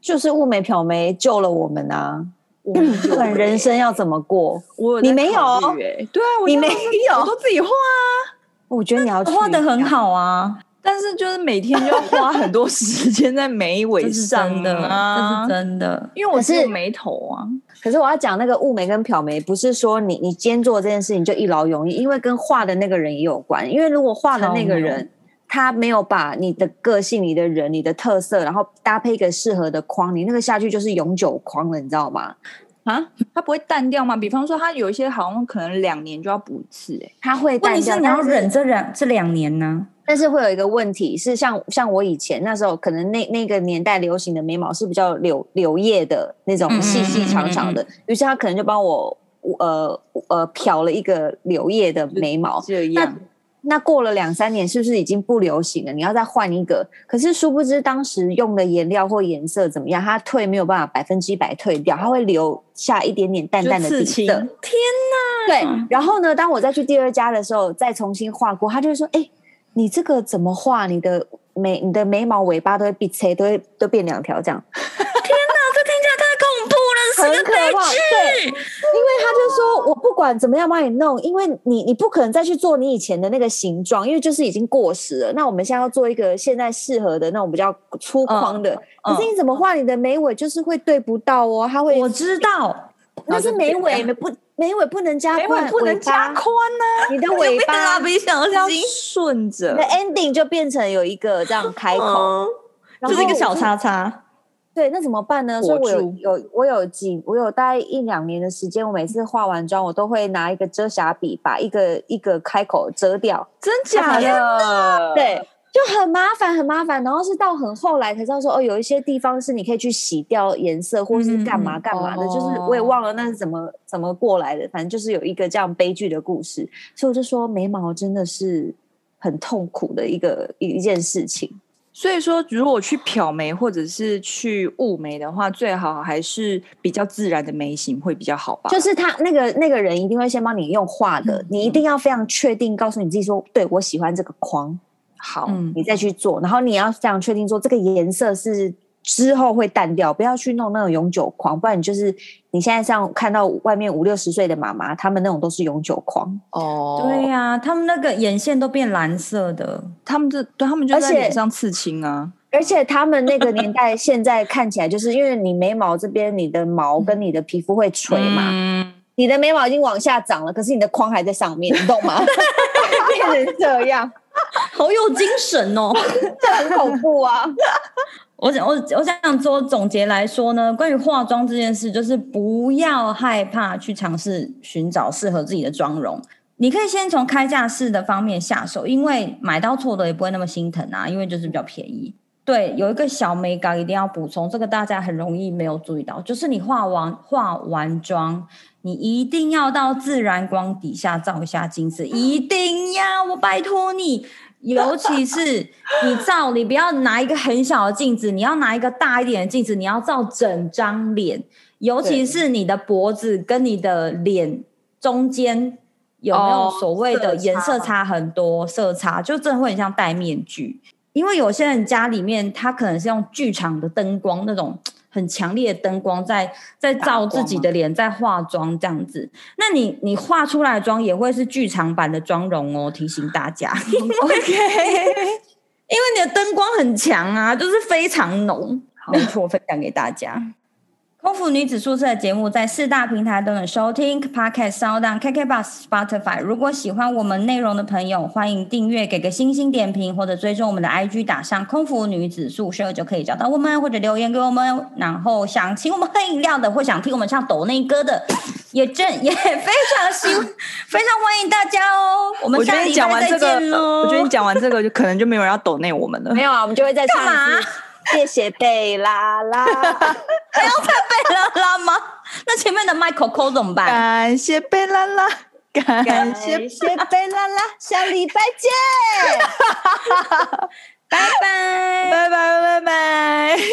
Speaker 1: 就是雾眉漂眉救了我们啊！
Speaker 2: 我 有
Speaker 1: 不然
Speaker 2: 欸
Speaker 1: 人生要怎么过？
Speaker 2: 我
Speaker 1: 你
Speaker 2: 在
Speaker 1: 没
Speaker 2: 考
Speaker 1: 有
Speaker 2: 虑欸对啊，我
Speaker 1: 你
Speaker 2: 就
Speaker 1: 没
Speaker 2: 我
Speaker 1: 有，
Speaker 2: 都自己画，
Speaker 1: 我觉得你要去
Speaker 3: 画的很好啊。
Speaker 2: 但是就是每天就要花很多时间在眉
Speaker 3: 这
Speaker 2: 尾
Speaker 3: 是
Speaker 2: 上
Speaker 3: 真的，
Speaker 2: 啊，
Speaker 3: 这是真的。
Speaker 2: 因为我
Speaker 1: 可
Speaker 2: 只
Speaker 1: 是
Speaker 2: 有眉头啊，
Speaker 1: 可是我要讲那个雾眉跟漂眉，不是说你你今天做这件事情就一劳永逸，因为跟画的那个人也有关。因为如果画的那个
Speaker 3: 超
Speaker 1: 人他没有把你的个性、你的人、你的特色，然后搭配一个适合的框，你那个下去就是永久框了，你知道吗？
Speaker 2: 啊，它不会淡掉吗？比方说，它有一些好像可能两年就要补一次、欸，
Speaker 1: 他会
Speaker 3: 问
Speaker 1: 淡
Speaker 3: 题是啊
Speaker 1: 掉，
Speaker 3: 你要
Speaker 1: 但是
Speaker 3: 忍这两这两年呢、
Speaker 1: 但是会有一个问题是像，像我以前那时候，可能那那个年代流行的眉毛是比较柳柳叶的那种
Speaker 3: 嗯嗯
Speaker 1: 细细长长的，于是他可能就帮我呃呃漂了一个柳叶的眉毛。
Speaker 2: 这
Speaker 1: 那
Speaker 2: 样
Speaker 1: 那过了两三年，是不是已经不流行了？你要再换一个，可是殊不知当时用的颜料或颜色怎么样，它退没有办法百分之一百退掉，它会留下一点点淡
Speaker 2: 就
Speaker 1: 淡的
Speaker 2: 刺
Speaker 1: 底
Speaker 2: 青，
Speaker 1: 色。对，然后呢，当我再去第二家的时候，再重新画过，他就会说：“哎、你这个怎么画？你的眉、你的眉毛、尾巴都会变切，都会都变两条这样，
Speaker 3: 这听起来太恐怖
Speaker 1: 很
Speaker 3: 了，是
Speaker 1: 可
Speaker 3: 个悲
Speaker 1: 怕。”对，因为
Speaker 3: 剧。
Speaker 1: 他就说：“我不管怎么样帮你弄，因为你你不可能再去做你以前的那个形状，因为就是已经过时了。那我们现在要做一个现在适合的那种比较粗框的，
Speaker 2: 嗯
Speaker 1: 可是你怎么画你的眉尾就是会对不到哦，它会
Speaker 3: 我知道，
Speaker 1: 那是眉尾不眉尾不能加
Speaker 2: 眉
Speaker 1: 宽，
Speaker 2: 尾哎不能加
Speaker 1: 尾
Speaker 2: 宽啊
Speaker 1: 巴
Speaker 2: 呢、
Speaker 1: 你的尾
Speaker 3: 被
Speaker 1: 巴
Speaker 3: 蜡笔小
Speaker 2: 要
Speaker 3: 新，
Speaker 2: 顺
Speaker 1: 你的
Speaker 2: 着。
Speaker 1: ending 就变成有一个这样开口，然
Speaker 3: 就
Speaker 1: 后
Speaker 3: 是一个小
Speaker 1: 我就。
Speaker 3: 叉叉。
Speaker 1: 对，那怎么办呢？
Speaker 2: 裹
Speaker 1: 所以我有
Speaker 2: 住
Speaker 1: 有我有几我有大概一两年的时间，我每次化完妆，我都会拿一个遮瑕笔把一个一个开口遮掉，
Speaker 2: 真假
Speaker 1: 天
Speaker 2: 的？，
Speaker 1: 对，就很麻烦很麻烦。然后是到很后来才知道说，哦，有一些地方是你可以去洗掉颜色，或是干嘛干嘛的，就是我也忘了那是怎么怎么过来的，反正就是有一个这样悲剧的故事。所以我就说，眉毛真的是很痛苦的一个一一件事情。
Speaker 2: 所以说，如果去漂眉或者是去雾眉的话，最好还是比较自然的眉形会比较好吧。
Speaker 1: 就是他那个那个人一定会先帮你用画的，你一定要非常确定，告诉你自己说，对我喜欢这个框，
Speaker 2: 好，
Speaker 3: 嗯，
Speaker 1: 你再去做。然后你要非常确定说，这个颜色是之后会淡掉，不要去弄那种永久框，不然你就是你现在像看到外面五六十岁的妈妈，她们那种都是永久框，
Speaker 2: 哦，
Speaker 3: 对呀、他们那个眼线都变蓝色的，
Speaker 2: 他们这对他们就
Speaker 1: 而
Speaker 2: 在
Speaker 1: 且
Speaker 2: 脸上刺青啊，
Speaker 1: 而且她们那个年代现在看起来，就是因为你眉毛这边你的毛跟你的皮肤会垂嘛，
Speaker 2: 嗯
Speaker 1: 你的眉毛已经往下长了，可是你的框还在上面，你懂吗？ 变成这样，
Speaker 3: 好有精神哦。
Speaker 1: 这很恐怖啊！
Speaker 3: 我想，我我想做总结来说呢，关于化妆这件事，就是不要害怕去尝试寻找适合自己的妆容。你可以先从开架式的方面下手，因为买到错的也不会那么心疼啊，因为就是比较便宜。对，有一个小美感一定要补充，这个大家很容易没有注意到，就是你化完化完妆，你一定要到自然光底下照一下镜子，一定要，我拜托你，尤其是你照，你不要拿一个很小的镜子，你要拿一个大一点的镜子，你要照整张脸，尤其
Speaker 1: 对
Speaker 3: 是你的脖子跟你的脸中间有没有
Speaker 2: 哦
Speaker 3: 所谓的
Speaker 2: 色
Speaker 3: 颜色
Speaker 2: 差
Speaker 3: 差很多，色差就真的会很像戴面具。因为有些人家里面他可能是用剧场的灯光那种很强烈的灯光在在照自己的脸，在化妆这样子。那你你化出来的妆也会是剧场版的妆容哦，提醒大家，
Speaker 2: ，OK，
Speaker 3: 因为你的灯光很强啊，就是非常浓。
Speaker 2: 好
Speaker 3: 没错，分享给大家。空服女子宿舍的节目在四大平台都能收听，Podcast、s o u n KKBox、Spotify。如果喜欢我们内容的朋友，欢迎订阅、给个星星点评，或者追踪我们的 IG，打上“空服女子宿舍”就可以找到我们，或者留言给我们。然后想请我们喝饮料的，或想听我们唱抖内歌的，也正也非常希非常欢 迎大家哦。我们
Speaker 2: 我觉
Speaker 3: 下
Speaker 2: 得你
Speaker 3: 礼
Speaker 2: 讲完
Speaker 3: 拜
Speaker 2: 这
Speaker 3: 再
Speaker 2: 个，
Speaker 3: 见喽。
Speaker 2: 呃我觉得你讲完这个，就可能就没有人要抖内我们 了。
Speaker 5: 没有啊，我们就会再唱
Speaker 3: 干嘛
Speaker 5: 一次。谢谢贝拉拉，
Speaker 3: 贝拉 拉吗？那前面的 Michael Cole 怎么办？
Speaker 2: 感谢贝拉拉，感谢
Speaker 5: 感谢贝拉拉，下礼拜见。
Speaker 3: 拜拜。
Speaker 2: 拜拜拜拜。